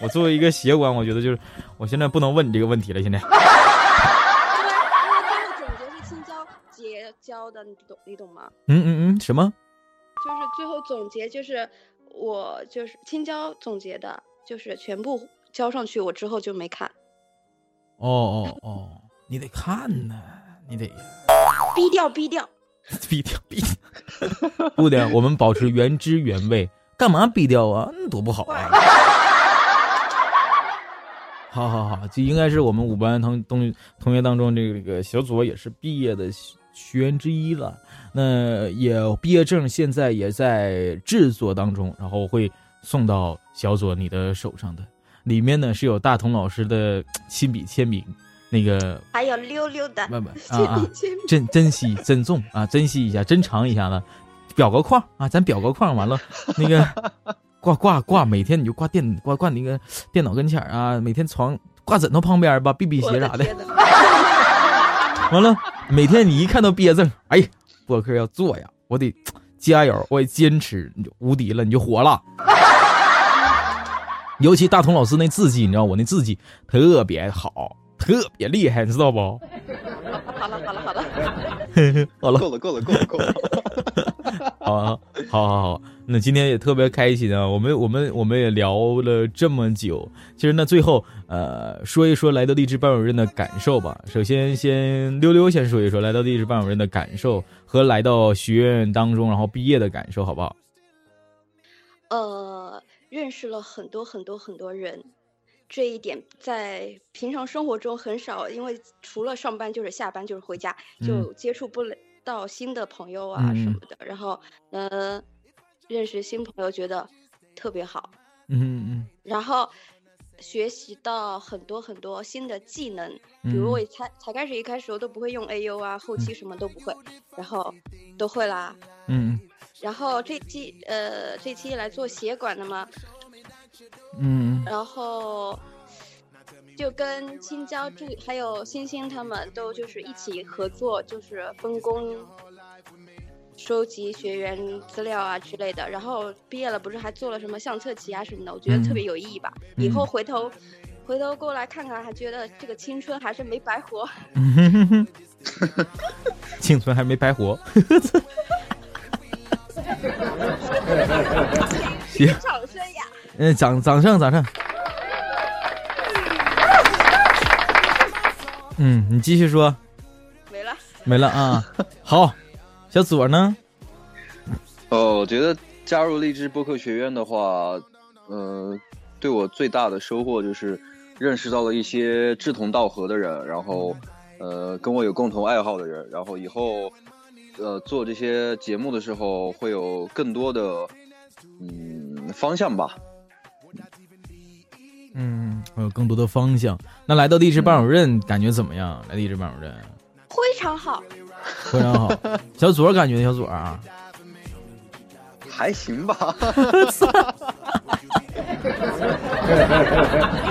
S2: 我作为一个协管，我觉得就是我现在不能问你这个问题了。现在，
S3: 因为因为最后总结是青椒结交的，你懂你懂吗？
S2: 嗯嗯嗯，什么？
S3: 就是最后总结就是我就是青椒总结的，就是全部交上去，我之后就没看。
S2: 哦哦哦，你得看呢、你得
S3: 逼掉逼掉，
S2: 逼掉逼掉， 不的，我们保持原汁原味，干嘛逼掉啊？那多不好啊！好好好，这应该是我们五班同同同学当中，这个这个小左也是毕业的学员之一了。那也毕业证现在也在制作当中，然后会送到小左你的手上的。里面呢是有大同老师的亲笔签名，那个
S3: 还有溜溜 的，
S2: 慢慢啊
S3: 签
S2: 啊
S3: 名，签名
S2: 珍珍惜、珍重啊，珍惜一下，珍藏一下了，裱个框啊，咱裱个框，完了那个挂挂挂，每天你就挂电挂挂那个电脑跟前儿啊，每天床挂枕头旁边儿吧，避避
S3: 我
S2: 邪啥的。
S3: 天呐，
S2: 完了，每天你一看到毕业证，哎呀，播客要做呀，我得加油，我得坚持，你就无敌了，你就火了。 尤其大同老师那字迹，你知道我那字迹特别好，特别厉害，你知道不？
S3: 好了好了好了，
S2: 好了，
S4: 够了，够了，够了，够了。
S2: 好啊，好好好，那今天也特别开心啊！我们我们我们也聊了这么久，其实那最后呃说一说来到励志班主任的感受吧。首先先溜溜先说一说来到励志班主任的感受和来到学院当中然后毕业的感受，好不好？
S3: 呃，认识了很多很多很多人。这一点在平常生活中很少，因为除了上班就是下班就是回家，就接触不了到新的朋友啊什
S2: 嗯嗯嗯
S3: 么的。然后，呃，认识新朋友觉得特别好，
S2: 嗯
S3: 然后学习到很多很多新的技能，
S2: 嗯
S3: 比如我才才开始一开始我都不会用 AU 啊，后期什么都不会，然后都会啦。
S2: 嗯嗯
S3: 然后这期呃这期来做协管的嘛，
S2: 嗯
S3: 然后就跟青椒助还有星星他们都就是一起合作，就是分工。收集学员资料啊之类的，然后毕业了不是还做了什么相册集啊什么的，我觉得特别有意义吧。以后回头，回头过来看看，还觉得这个青春还是没白活。
S2: 嗯，青春还没白活。 行，
S3: 掌声呀！
S2: 嗯，掌掌声，掌声。嗯，你继续说，
S3: 没了。
S2: 没了 啊。好，小左呢？
S4: 呃，我觉得加入荔枝播客学院的话，呃，对我最大的收获就是认识到了一些志同道合的人，然后
S2: 嗯
S4: 呃，跟我有共同爱好的人，然后以后呃做这些节目的时候会有更多的嗯方向吧。
S2: 嗯，还有更多的方向。那来到励志班主任，感觉怎么样？来励志班主任
S3: 非常好，
S2: 非常好。小左感觉呢小左啊，
S4: 还行吧，
S3: 因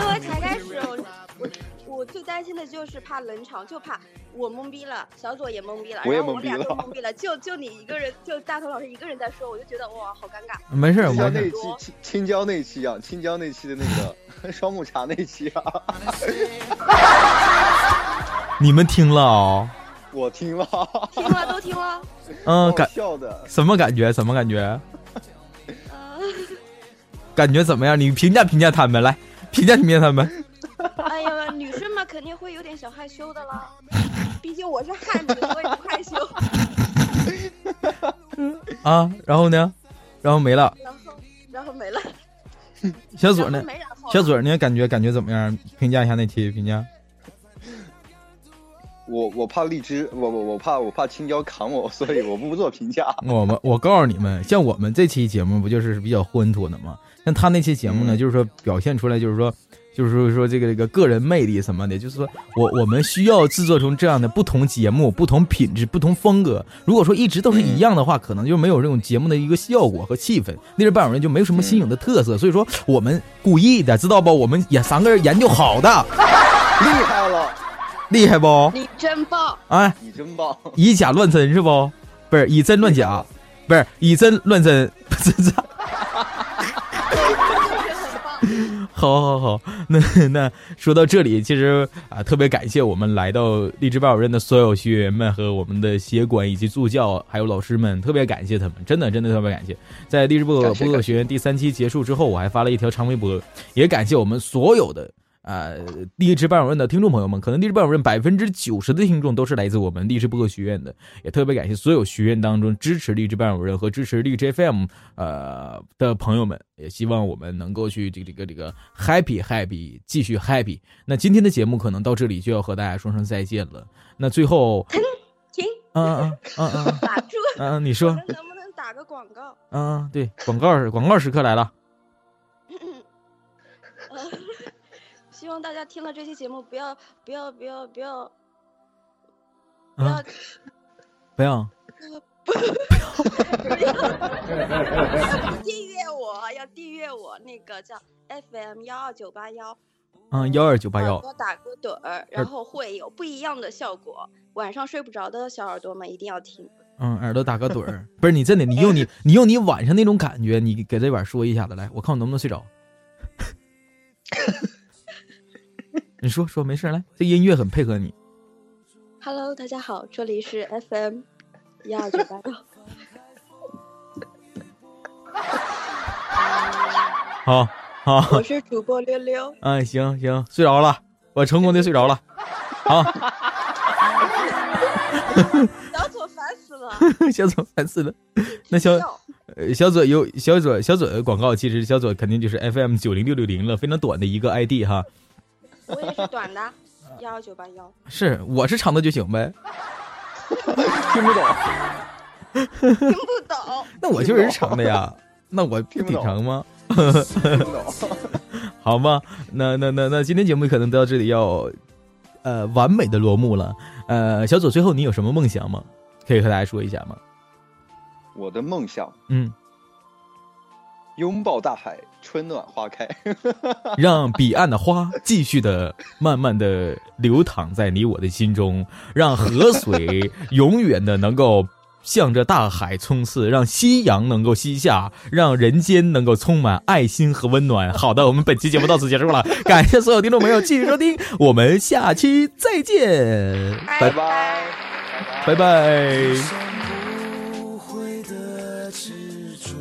S3: 为才开始我我我最担心的就是怕冷场，就怕我懵逼了，小左也懵逼了，
S4: 我也
S3: 然后我
S4: 懵逼
S3: 俩都
S4: 了
S3: 懵逼了，就就你一个人，就大头老师一个人在说，我就觉得哇，好尴尬。
S2: 没事儿
S4: 就
S2: 没
S4: 像
S2: 事
S4: 那
S2: 儿。
S4: 期青青椒那期啊，青椒那期的那个双木茶那期啊，
S2: 你们听了啊、
S4: 我听 了，
S3: 听了都听了，
S2: 嗯，
S4: 搞
S2: 感
S4: 笑的，
S2: 什么感觉？什么感觉？
S3: 嗯、
S2: 感觉怎么样？你评价评价他们，来评价评价他们。
S3: 哎呀，女生嘛肯定会有点小害羞的 啦，毕竟我是汉子，我也不害 羞。
S2: 啊，然后呢？然后没了。
S3: 然后，然后没了。
S2: 小
S3: 小
S2: 左呢？
S3: 没然后了。
S2: 小左呢？感觉感觉怎么样？评价一下那期评价。
S4: 我我怕荔枝，我我我怕我怕青椒砍我，所以我不做评价。
S2: 我们我告诉你们，像我们这期节目不就是比较浑脱的吗？像他那期节目呢，
S4: 嗯
S2: 就是说表现出来，就是说，就是说说这个这个个人魅力什么的，就是说我我们需要制作成这样的不同节目、不同品质、不同风格。如果说一直都是一样的话，可能就没有这种节目的一个效果和气氛，那是半主任就没有什么新颖的特色。所以说我们故意的，知道不？我们也三个人研究好的，
S4: 厉害了，
S2: 厉害不？
S3: 你真棒！
S2: 哎，
S4: 你真棒！
S2: 以假乱真是不？不是以真乱假，不是以真乱真， 不是这。 好好好，那那说到这里，其实啊，特别感谢我们来到励志班主任的所有学员们和我们的协管以及助教还有老师们，特别感谢他们，真的真的特别感谢。在励志播客
S4: 感谢
S2: 播客
S4: 感
S2: 学院第三期结束之后，我还发了一条长微博，也感谢我们所有的呃励志班主任的听众朋友们，可能励志班主任百分之九十的听众都是来自我们励志播客学院的，也特别感谢所有学院当中支持励志班主任和支持励志 FM 呃的朋友们，也希望我们能够去这个这个这个 happy happy 继续 happy。那今天的节目可能到这里就要和大家说声再见了。那最后，
S3: 停，
S2: 嗯嗯嗯嗯
S3: 打 住！
S2: 嗯嗯，你
S3: 我
S2: 说
S3: 们，能不能打个广告？
S2: 嗯嗯，对，广告时广告时刻来了。
S3: 希望大家听了这期节目，不要不要不要不要不
S2: 嗯
S3: 要，
S2: 不要，
S3: 订阅我，要订阅我那个叫 FM 幺二九八幺，
S2: 嗯，幺二九八
S3: 耳
S2: 幺，哎
S3: 朵打个盹儿，然后会有不一样的效果。晚上睡不着的小耳朵们一定要听。
S2: 嗯，耳朵打个盹儿。不是你真的，你用你你用你晚上那种感觉，你给这边说一下子来，我看我能不能睡着。你说说没事儿来，这音乐很配合你。
S3: Hello，大家好，这里是 FM 幺二九八 幺，
S2: 好，好，
S3: 我是主播溜溜，
S2: 嗯，行行，睡着了，我成功的睡着了。 好，
S3: 小左烦死了，
S2: 小左烦死了。 那小
S3: 笑
S2: 呃小左有小左小左的广告，其实小左肯定就是 FM 九零六六零了，非常短的一个 ID 哈。
S3: 我也是短 的，幺二九八幺。
S2: 是，我是长的就行呗。
S4: 听不懂，
S3: 听不懂。
S2: 那我就是长的 呀，那我不
S4: 听不
S2: 挺
S4: 懂
S2: 长吗？
S4: 听不懂。
S2: 好吧，那那那那今天节目可能到这里要，呃，完美的落幕了。呃，小左，最后你有什么梦想吗？可以和大家说一下吗？
S4: 我的梦想，
S2: 嗯，
S4: 拥抱大海，春暖花开。
S2: 让彼岸的花继续的慢慢的流淌在你我的心中，让河水永远的能够向着大海冲刺，让夕阳能够西下，让人间能够充满爱心和温暖。好的，我们本期节目到此结束了，感谢所有听众朋友继续收听，我们下期再见，拜
S4: 拜拜。
S2: 拜拜。
S1: 不悔的执着，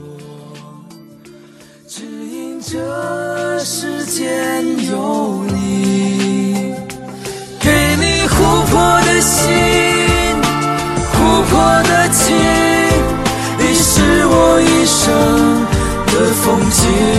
S1: 只因这世间有你，给你呼风景。